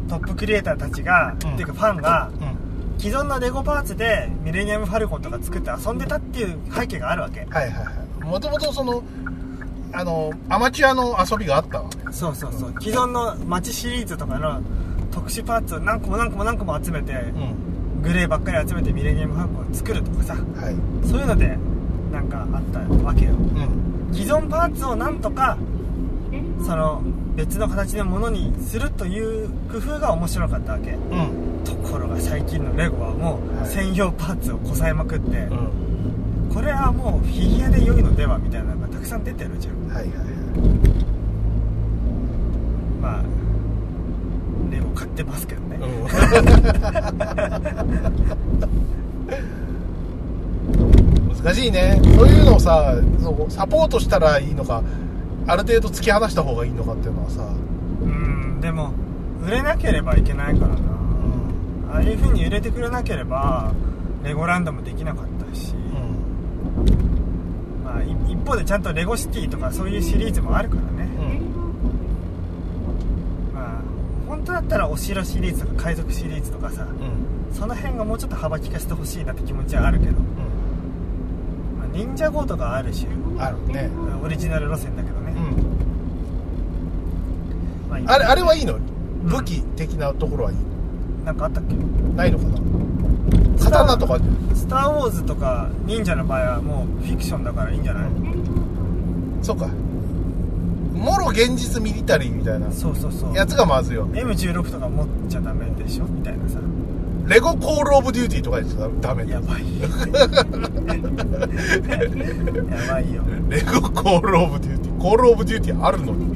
A: トップクリエイターたちが、
B: うん
A: っていうかファンが
B: うん、
A: 既存のレゴパーツでミレニアム・ファルコンとか作って遊んでたっていう背景があるわけ
B: はいはいはいもともとそのあのアマチュアの遊びがあったわけ
A: そうそうそう既存の街シリーズとかの特殊パーツを何個も何個も何個も集めて、
B: ん
A: グレーばっかり集めてミレニアム・ファルコン作るとかさ
B: はい
A: そういうのでなんかあったわけよ
B: うん
A: 既存パーツをなんとか
C: 左方向
A: その別の形のものにするという工夫が面白かったわけ
B: うん
A: ところが最近のレゴはも
B: は
A: う
B: い
A: 専用パーツをこさえまくって、
B: うん
A: これはもうフィギュアで良いのではみたいなのがたくさん出てるじゃん
B: はいはいはい
A: まあレゴ買ってますけどね、
B: 難しいねそういうのをさそうサポートしたらいいのかある程度突き放した方がいいのかっていうのはさ、
A: うんでも売れなければいけないからなああいう風に売れてくれなければレゴランドもできなかったし、
B: う
A: まあ、い一方でちゃんとレゴシティとかそういうシリーズもあるからね、
B: ん
C: 左方向です
A: まあ本当だったらお城シリーズとか海賊シリーズとかさ
B: うん
A: その辺がもうちょっと幅利かしてほしいなって気持ちはあるけど、
B: う
A: まあ、忍者号とかあるし
B: んあるね
A: オリジナル路線だけどね、
B: うん
A: まあいい
B: あれあれはいいの武器的なところはいい
A: なんかあったっけ
B: ないのかな刀とか
A: 「スター・ウォーズ」とか忍者の場合はもうフィクションだからいいんじゃない、
B: うん
C: 左方向です
B: そうかもろ現実ミリタリーみたいな
A: そうそうそう
B: やつがまずいよ
A: M16 とか持っちゃダメでしょみたいなさ
B: レゴコールオブデューティーとかやっちゃダメだ
A: やばいやばいよ
B: レゴコールオブデューティーコールオブデューティーあるのに、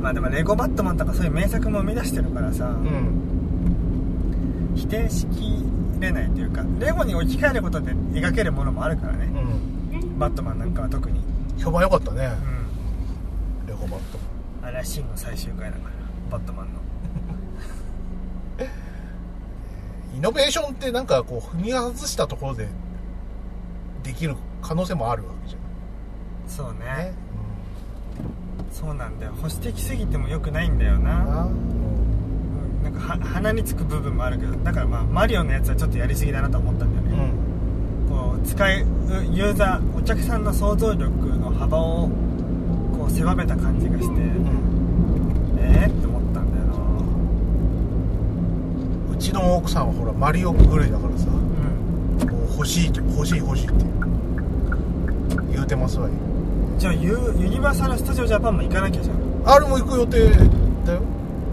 A: まあでもレゴバットマンとかそういう名作も生み出してるからさ、
B: うんうん、
A: 否定しきれないというかレゴに置き換えることで描けるものもあるからね、バットマンなんかは特に
B: 評判良かったね
A: うん
B: レゴバット
A: あれは真の最終回だからバットマンの
B: イノベーションってなんかこう踏み外したところでできる可能性もあるわけじ
A: そうね
B: ゃんね
A: そうなんだよ保守的すぎても良くないんだよ
B: うん
A: な
B: なうん
A: うんなんかは鼻につく部分もあるけどだからまあマリオのやつはちょっとやりすぎだなと思ったんだよね、こう使うユーザーお客さんの想像力の幅をこう狭めた感じがして
B: うん
A: えー、って思ったんだよな
B: うちの奥さんはほらマリオ狂いだからさも
A: うん
B: う欲しいと欲しい欲しいって言うてますわよ
A: じゃあユユニバーサル・スタジオ・ジャパンも行かなきゃじゃん
B: あれも行く予定だよ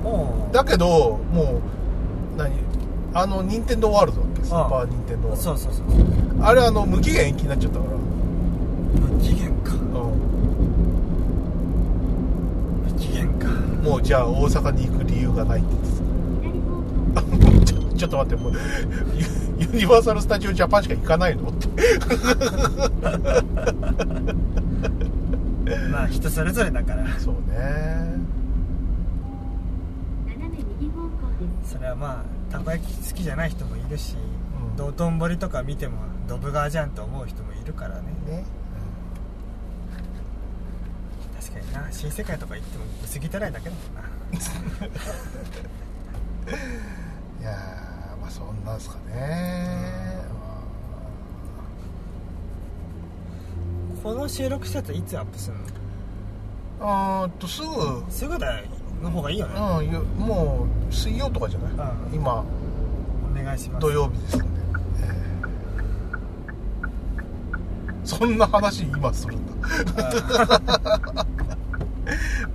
A: お
B: だけどもう何あの任天堂ワールドだっけスーパー任天堂
A: お
B: ワールド
A: そうそうそう
B: あれあの無期限延期になっちゃったから
A: 無期限か
B: うん
A: 無期限か
B: もうじゃあ大阪に行く理由がないって言って ちょっと待ってもうユユニバーサル・スタジオ・ジャパンしか行かない のって
A: まあ人それぞれだから
B: そうね
C: 斜め右方向です。
A: それはまあたこ焼き好きじゃない人もいるし、
B: うん
A: 道頓堀とか見てもドブ川じゃんと思う人もいるからね
B: ね、
A: 確かにな新世界とか行っても薄汚いだけだもんな
B: うんいやーまあそんなんすかね、
A: この収録したやついつアップするの
B: うんあーっとすぐ、う
A: すぐだの方がいいよね、
B: ん、よもう水曜とかじゃない、
A: うん
B: 今
A: お願いします
B: 土曜日ですんで、えーそんな話今するんだ
A: ああ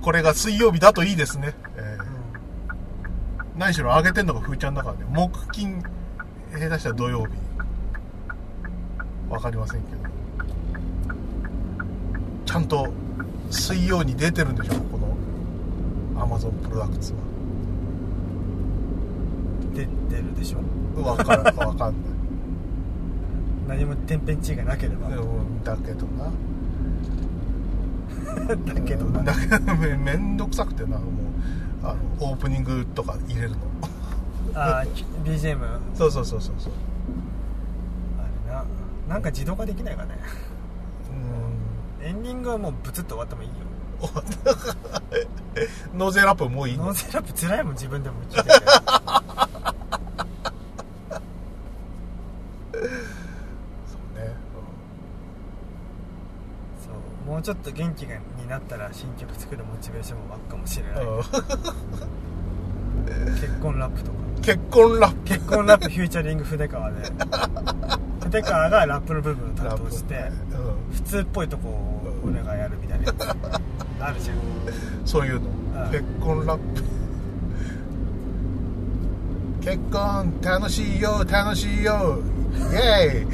B: これが水曜日だといいですね、え
A: う
B: ー
A: ん
B: 何しろ上げてんのが風ちゃんだからね木金下手したら土曜日わかりませんけどちゃんと水曜に出てるんでしょうこの Amazon プロダクツ
A: 出てるでしょ
B: はわからんわかんない
A: 何も天変地異がなければ、
B: でもだけどな
A: だけどな
B: だけど めめんどくさくてなもうあのオープニングとか入れるの
A: ああ BGM あ
B: そうそうそうそうそう
A: れななんか自動化できないかね
B: う
A: エンディングはもうブツッと終わってもいいよ
B: んノーゼラップもういい
A: ノ
B: の
A: ンセラップ辛いもん自分でも聞いてて あ
B: そうね、
A: そうもうちょっと元気がになったら新曲作るモチベーションも湧くかもしれ
B: う
A: ない
B: んうん
A: 結婚ラップとか
B: 結婚ラップ
A: 結婚ラップフューチャリング筆川 で筆川がラップの部分を担当して普通っぽいとこを俺がやるみたいなやつあるじゃん
B: うん、そういうの、
A: ん
B: 結婚ラップ 結婚楽しいよ楽しいよイエー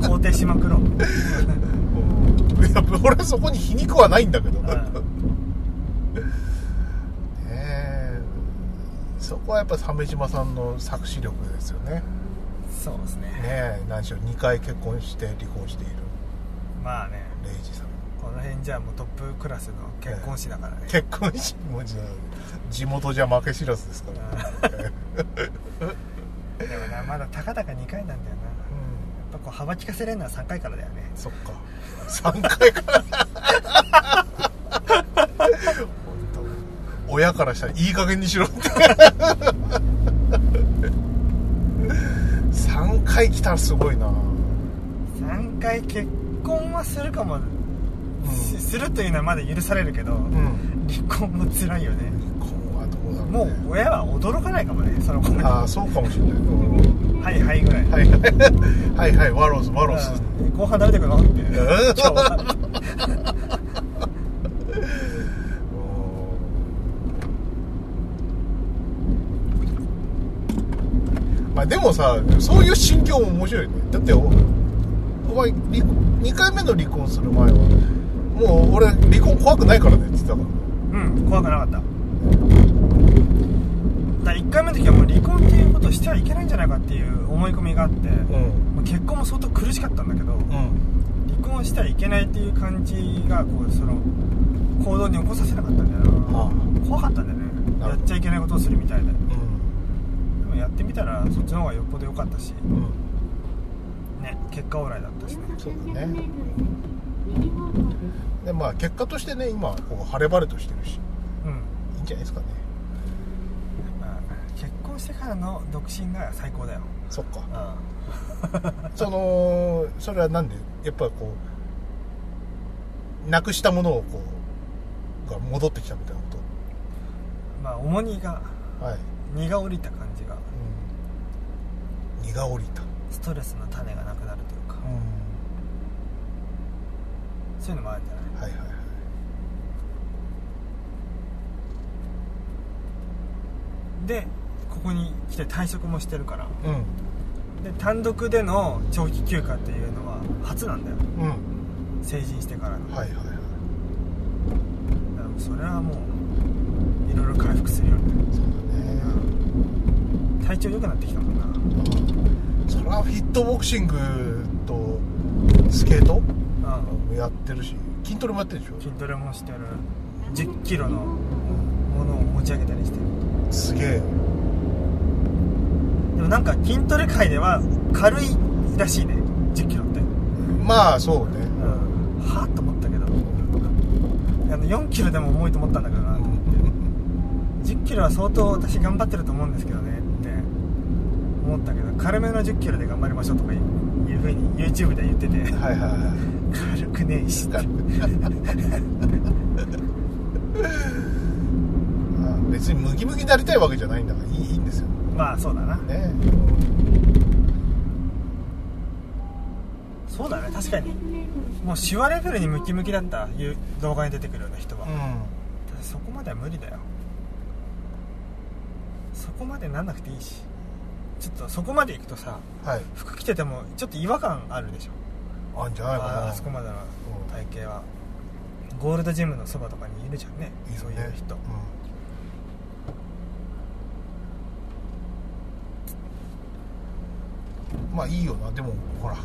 A: 肯定しまくろう、うん
B: イい や俺はそこに皮肉はないんだけど、 ねえそこはやっぱ鮫島さんの作詞力ですよね
A: そうですね
B: ねえ何しろ2回結婚して離婚している
A: まあね
B: レイジさん
A: この辺じゃもうトップクラスの結婚誌だからね、
B: 結婚式もじゃ地元じゃ負け知らずですから、ね、
A: うんでもなまだたかだか2回なんだよなや
B: うん
A: っぱこう幅利かせれるのは3回からだよね
B: そっか3回から本当親からしたらいい加減にしろって3回来たらすごいな、
A: 3回結婚はするかも、しするというのはまだ許されるけど、
B: うん
A: 離婚も辛いよね
B: 離婚はどうだろう、ね、
A: もう親は驚かないかもねその子には
B: ああそうかもしれない、うん
A: いはいぐらい
B: はいはいはいはいワロスワロス
A: うん後半誰でくのって今日は
B: まあでもさそういう心境も面白いよねだっておお前2回目の離婚する前はもう俺離婚怖くないからねって言ってたから
A: うん怖くなかっただから1回目の時はもう離婚っていうことをしてはいけないんじゃないかっていう思い込みがあって、
B: うん
A: まあ結婚も相当苦しかったんだけど、
B: うん
A: 離婚してはいけないっていう感じがこうその行動に起こさせなかったんだよな、
B: ああ
A: 怖かったんだよね
B: なるほど
A: やっちゃいけないことをするみたいでで
B: うん
A: もやってみたらそっちの方がよっぽど良かったし
B: うん
A: ね結果オーライだったしね
C: 約
B: そう
C: 300
B: だね
C: メートル先、右方向です。
B: でまあ結果としてね今こう晴れ晴れとしてるし
A: うん
B: いいんじゃないですかね
A: まあ結婚してからの独身が最高だよ
B: そ っか
A: あ
B: そのそれはなんでやっぱこうなくしたものをこうが戻ってきたみたいなこ
A: まあ重荷が
B: とはい、
A: 荷が下りた感じが
B: うん、荷が下りた
A: ストレスの種がなくなるというか、
B: ん
A: そういうのもあるんじゃない
B: はいはいはい
A: でここに来て退職もしてるから
B: うん
A: で単独での長期休暇っていうのは初なんだよ
B: うん
A: 成人してからのだ
B: はいはいはい
A: からそれはもういろいろ回復するようになる
B: そうだね
A: 体調良くなってきたもんな
B: あそれはフィットボクシングとスケート
A: うん
B: やってるし筋トレもやってるでし
A: 筋トレもしてる
C: 十
A: 1 0
C: キ
A: キ
C: ロ
A: ロの
C: の
A: ものを持ち上げたりしてる
B: ょすげえ
A: でもなんか筋トレ界では軽いらしいね1 0キロって
B: まあそうね
A: はあと思ったけどあの4キロでも重いと思ったんだからなと思って1 0キロは相当私頑張ってると思うんですけどねって思ったけど軽めの1 0キロで頑張りましょうとかいういうふうに YouTube で言ってて
B: はいはいは
A: 軽くねえしって
B: いあ別にムキムキになりたいわけじゃないんだからいいいいんですよ
A: まあそうだな
B: ね
A: そうだね確かにもう手話レベルにムキムキだったいう動画に出てくるような人は、
B: う
A: ただそこまでは無理だよそこまでなんなくていいしちょっとそこまで行くとさ
B: んはい
A: 服着ててもちょっと違和感あるでしょ
B: あんじゃないかな
A: ああそこまでの体型はゴールドジムのそばとかにいるじゃんね
B: いい
A: そ
B: よ
A: うい
B: ね
A: う人
B: うまあいいよなでもほら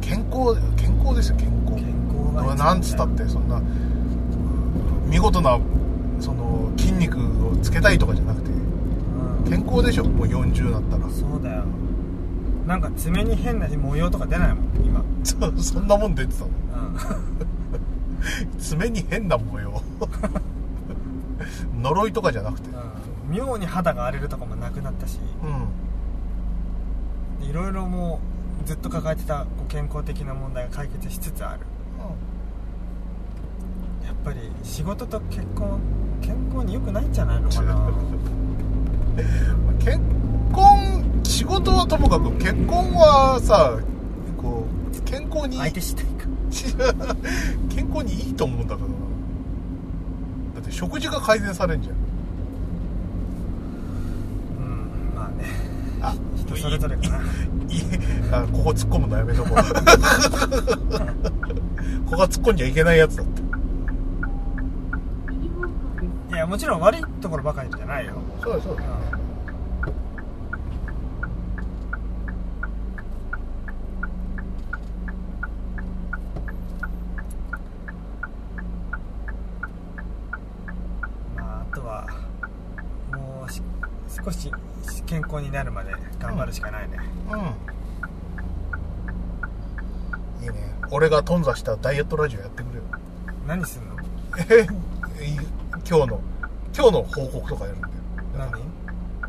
B: 健康健康ですよ健康
A: 健康が一番だよ
B: なんつったってそんなうん見事なその筋肉をつけたいとかじゃなくて
A: うん
B: 健康でしょもう40だったら
A: そうだよなんか爪に変な模様とか出ないもん今、
B: そそんなもん出てたの
A: うん、
B: 爪に変な模様 呪いとかじゃなくて
A: うん妙に肌が荒れるとかもなくなったし
B: うん
A: いろいろもうずっと抱えてたこう健康的な問題が解決しつつあるやっぱり仕事と結婚健康に良くないんじゃないのかな
B: 結婚仕事はともかく結婚はさこう健康に
A: 相手したいか
B: 健康にいいと思うんだけどなだって食事が改善されんじゃん
A: うんまあね
B: あ
A: 人それぞれかない
B: いあここ突っ込むの やめとこうここは突っ込んじゃいけないやつだって
A: いやもちろん悪いところばかりじゃないよ
B: そうそう
A: まああとはもうし少し健康になるまで頑張るしかないね、
B: うんいいね俺が頓挫したダイエットラジオやってくれよ
A: 何すんの
B: えい今日の今日の報告とかやるんだよ
A: 何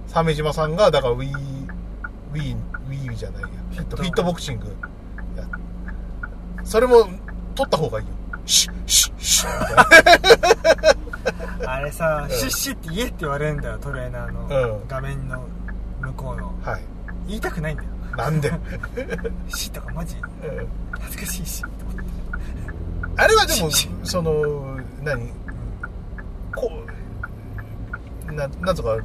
B: 鮫島さんがだからウィーウィーウィーじゃないやえっと
A: フ
B: フ
A: ィッ
B: ィッ
A: ト
B: ト
A: ボ
B: ボクシングやっそれも取った方がいいよシュッシュッシュッ みたい
A: あれさ「
B: ん
A: シュッシュ」って言えって言われるんだよトレーナーの
B: うん
A: 画面の向こうの
B: なはい
A: 言いたくないんだよ
B: なんで
A: 「シ」とかマジ恥ずかしいしと思って
B: あれはでも
A: シュッ
B: その何こうななんとか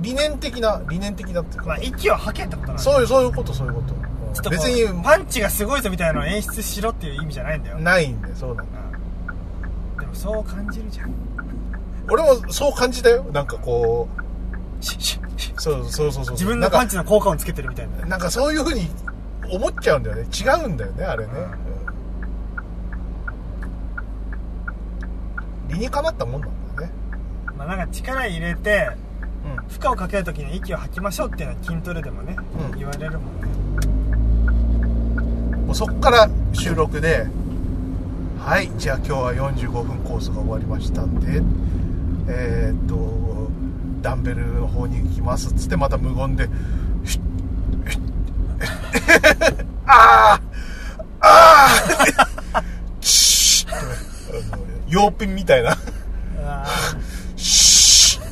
B: 理念的な理念的なっていう
A: うん
B: か、
A: まあ息を吐けってことなんだよ
B: そういうそういうことそういうこ
A: ちょっ
B: と
A: と
B: うん
A: こう
B: 別に
A: パンチがすごいぞみたいなのを演出しろっていう意味じゃないんだよ、う
B: ないんでそうなんだ
A: ん、でもそう感じるじゃん
B: 俺もそう感じたよなんかこ
A: シュッシュッシュッ
B: うそうそうそうそう
A: 自分の
B: なんか
A: パンチの効果音つけてるみたいな
B: なんかそういうふうに思っちゃうんだよね違うんだよねあれね、理にかなったもんなんだよね
A: まあ、なんか力入れて
B: うん
A: 負荷をかけるときに息を吐きましょうっていうのは筋トレでもね、
B: うん
A: 言われるもんね
B: もうそこから収録で「はいじゃあ今日は45分コースが終わりましたんでえーっとダンベルの方に行きます」っつってまた無言で「シュッシュッあーあーシュッあの洋ピンみたいな
A: あ
B: シュッ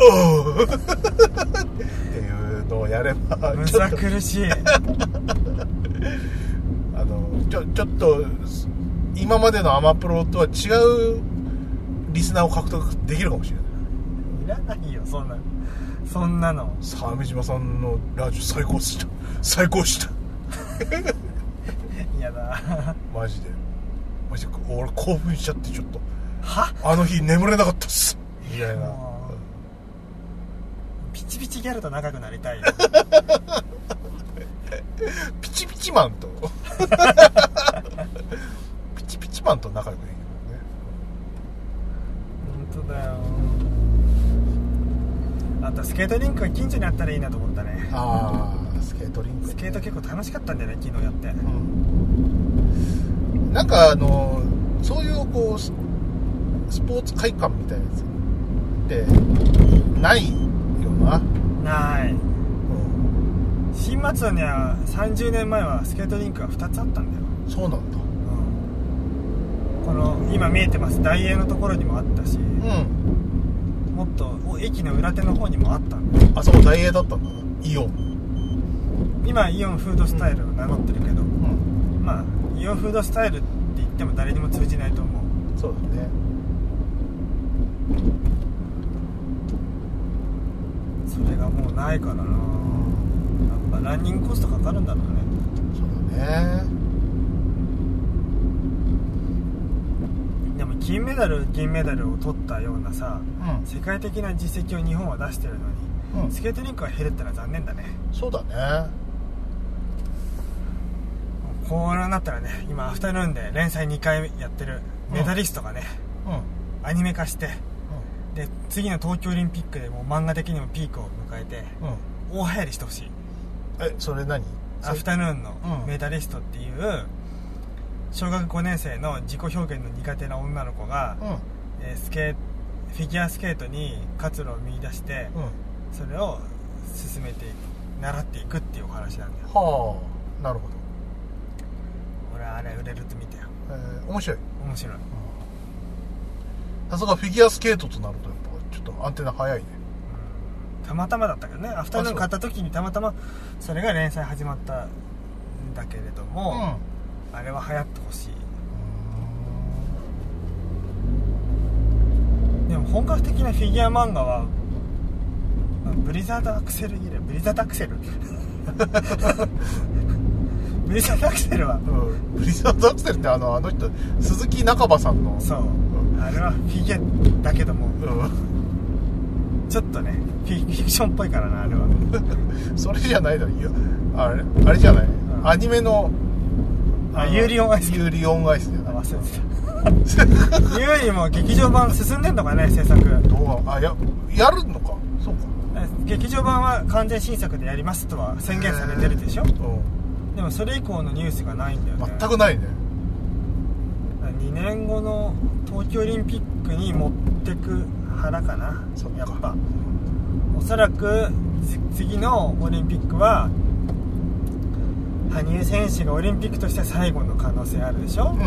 B: おーっていうのをやれば
A: あむ
B: ちょ
A: さ
B: っと
A: 苦しい
B: あのちょちょっとす今までのアマプロとは違うリスナーを獲得できるかもしれない
A: いらないよそんなそんなの
B: 鮫島さんのラジオ最高っした最高っした
A: 嫌だ
B: マジでマジで俺興奮しちゃってちょっと
A: は
B: あの日眠れなかったっす
A: え
B: みたいな
A: もうピチピチギャルと仲良くなりたいよ
B: ピチピチマンと ピチピチマンと仲良くできるもん
A: 本当
B: ね
A: だよあとスケートリンクが近所にあったらいいなと思ったね
B: ああスケートリンク
A: スケート結構楽しかったんだよね昨日やって
B: うんなんかあのそういうこうススポーツ会館みたいなやつってないよな、
A: ない新松戸には30年前はスケートリンクが2つあったんだよ、
B: そうなんだ
A: この今見えてます大英のところにもあったし、
B: うん
A: もっとお駅の裏手の方にもあったんだよ
B: あそこ大英だったんだなイオン
A: 今イオンフードスタイルを名乗ってるけど、
B: うん
A: まあイオンフードスタイルって言っても誰にも通じないと思う
B: そうだね
A: それがもうないからなやっぱランニングコストかかるんだろうね
B: そうだね
A: でも金メダル銀メダルを取ったようなさ
B: う
A: 世界的な実績を日本は出してるのに
B: ん、うん、
A: スケートリンクが減るってのは残念だね
B: そうだね
A: こうなったらね今アフタヌーンで連載2回やってるメダリストがね、
B: うんうん
A: アニメ化してで次の東京オリンピックでもう漫画的にもピークを迎えて
B: うん
A: 大流行りしてほしい
B: えそれ何
A: アフタヌーンの
B: うん
A: メダリストっていう小学5年生の自己表現の苦手な女の子が、
B: うん
A: えースケフィギュアスケートに活路を見出して
B: うん
A: それを進めていく習っていくっていうお話なんだよ
B: はあなるほど、
A: 俺はあれ売れると見たよ
B: えー面白い
A: 面白い
B: さすがフィギュアスケートとなるとやっぱちょっとアンテナ早いね
A: たまたまだったけどねアフタヌーン買った時にたまたまそれが連載始まったんだけれど
B: う
A: も、あれは流行ってほしいでも本格的なフィギュア漫画はあブリザードアクセル以来ブリザードアクセル ブリザードアクセルは
B: ん、うん、ブリザードアクセルってあのあの人鈴木中葉さんの
A: そう
B: うん
A: あれはフィギュアだけども
B: う
A: ちょっとねフィフィクションっぽいからなあれは
B: ん、それじゃないだろいやあれあれじゃない、
A: ん
B: アニメの
A: あ
B: の
A: ユーリオンアイス
B: ユーリオンアイスじゃ
A: あ
B: ない
A: 忘れてたゆうにも劇場版進んでんのかね制作
B: どうなあややるのかそうか
A: 劇場版は完全新作でやりますとは宣言されてるでしょ
B: うん
A: でもそれ以降のニュースがないんだよね
B: 全くないね
A: 2年後の東京オリンピックに持ってく腹かな
B: そっか
A: やっぱおそらくつ次のオリンピックは羽生選手がオリンピックとして最後の可能性あるでしょ
B: う、ん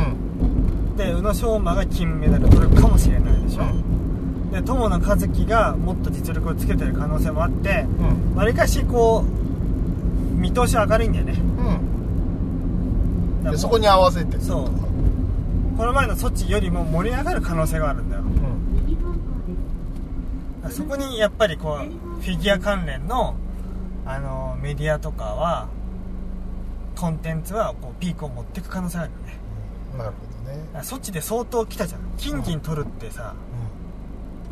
A: で宇野昌磨が金メダルを取るかもしれないでしょ、で友野一希がもっと実力をつけてる可能性もあって
B: うん
A: わりかしこう見通しは明るいんだよね
B: う
A: だ
B: ん
A: からも
B: で
A: う
B: そこに合わせて
A: そう
B: とか
A: この前の措置よりも盛り上がる可能性があるんだよ
B: うん
C: 右方向です。
A: そこにやっぱりこうフィギュア関連のあのメディアとかはコンテンツはこうピークを持っていく可能性があるよね
B: うんなるほどね
A: だからそっちで相当来たじゃん金銀取るってさ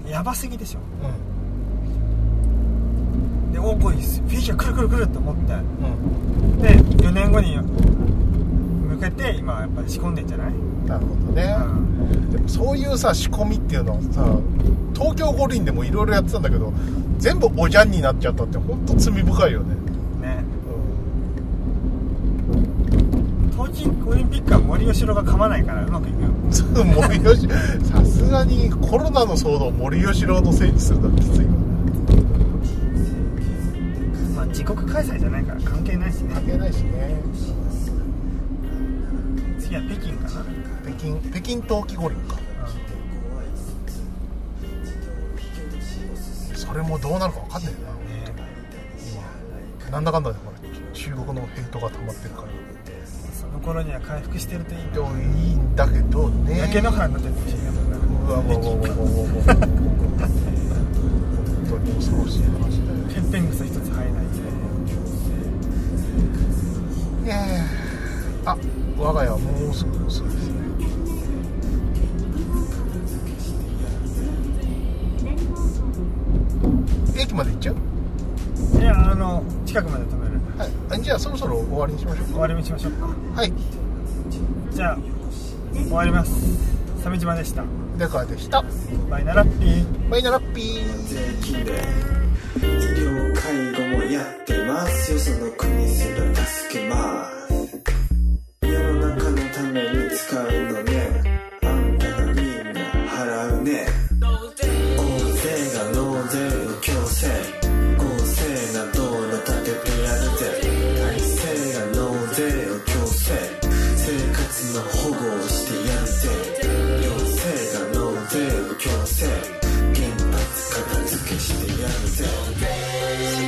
A: やばすぎでしょ
B: う
A: でおおこいフィギュア来る来る来ると思って
B: んうん
A: で4年後に向けて今やっぱり仕込んでんじゃない、う
B: なるほどね、
A: ん、
B: でもそういうさ仕込みっていうのはさ東京五輪でもいろいろやってたんだけど全部おじゃんになっちゃったって本当罪深いよ
A: ね
B: ね、
A: 東京オリンピックは森喜朗が噛まないからうまくいくよ
B: うん、 森吉さすがにコロナの騒動を森喜朗のせいにするのはきついよね
A: まあ自国開催じゃないから関係ないしね
B: 関係ないしね
A: 次は北京かな、う
B: 北京北京冬季五輪かそれもどうなるか分かんないよな本
A: んね
B: 当になんだかんだでほら中国のヘイトが溜まってるから
A: その頃には回復してるといい
B: でもいいんだけどね
A: な焼け野原になってるかもしれないもんな
B: うわうわうわうわうわうわうわ本当に恐ろしい話だよ
A: てっぺん草一つ生えないで
B: ねえあ我が家はもうすぐそうですね
C: 左方向です。左方
B: まで行っちゃう
A: いやあの近くまで止める
B: はいあじゃあそろそろ終わりにしましょ
A: 終わりにしましょうか
B: うはい
A: じゃあ終わります鮫島でした
B: だからでした
A: バイナラッピー
B: バイナラッピー
D: 医療介護もやってますよその国すら助けます世の中のために使うのねあんたがみんな払うね大勢が納税の強制公正な道路建ててやるぜ大勢が納税を強制生活の保護をしてやるぜ行政が納税を強制原発片付けしてやるぜ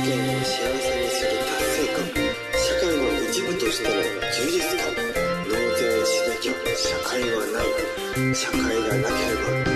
E: 世間を幸せにする達成感社会の一部としての充実感納税しなきゃ社会はない社会がなければ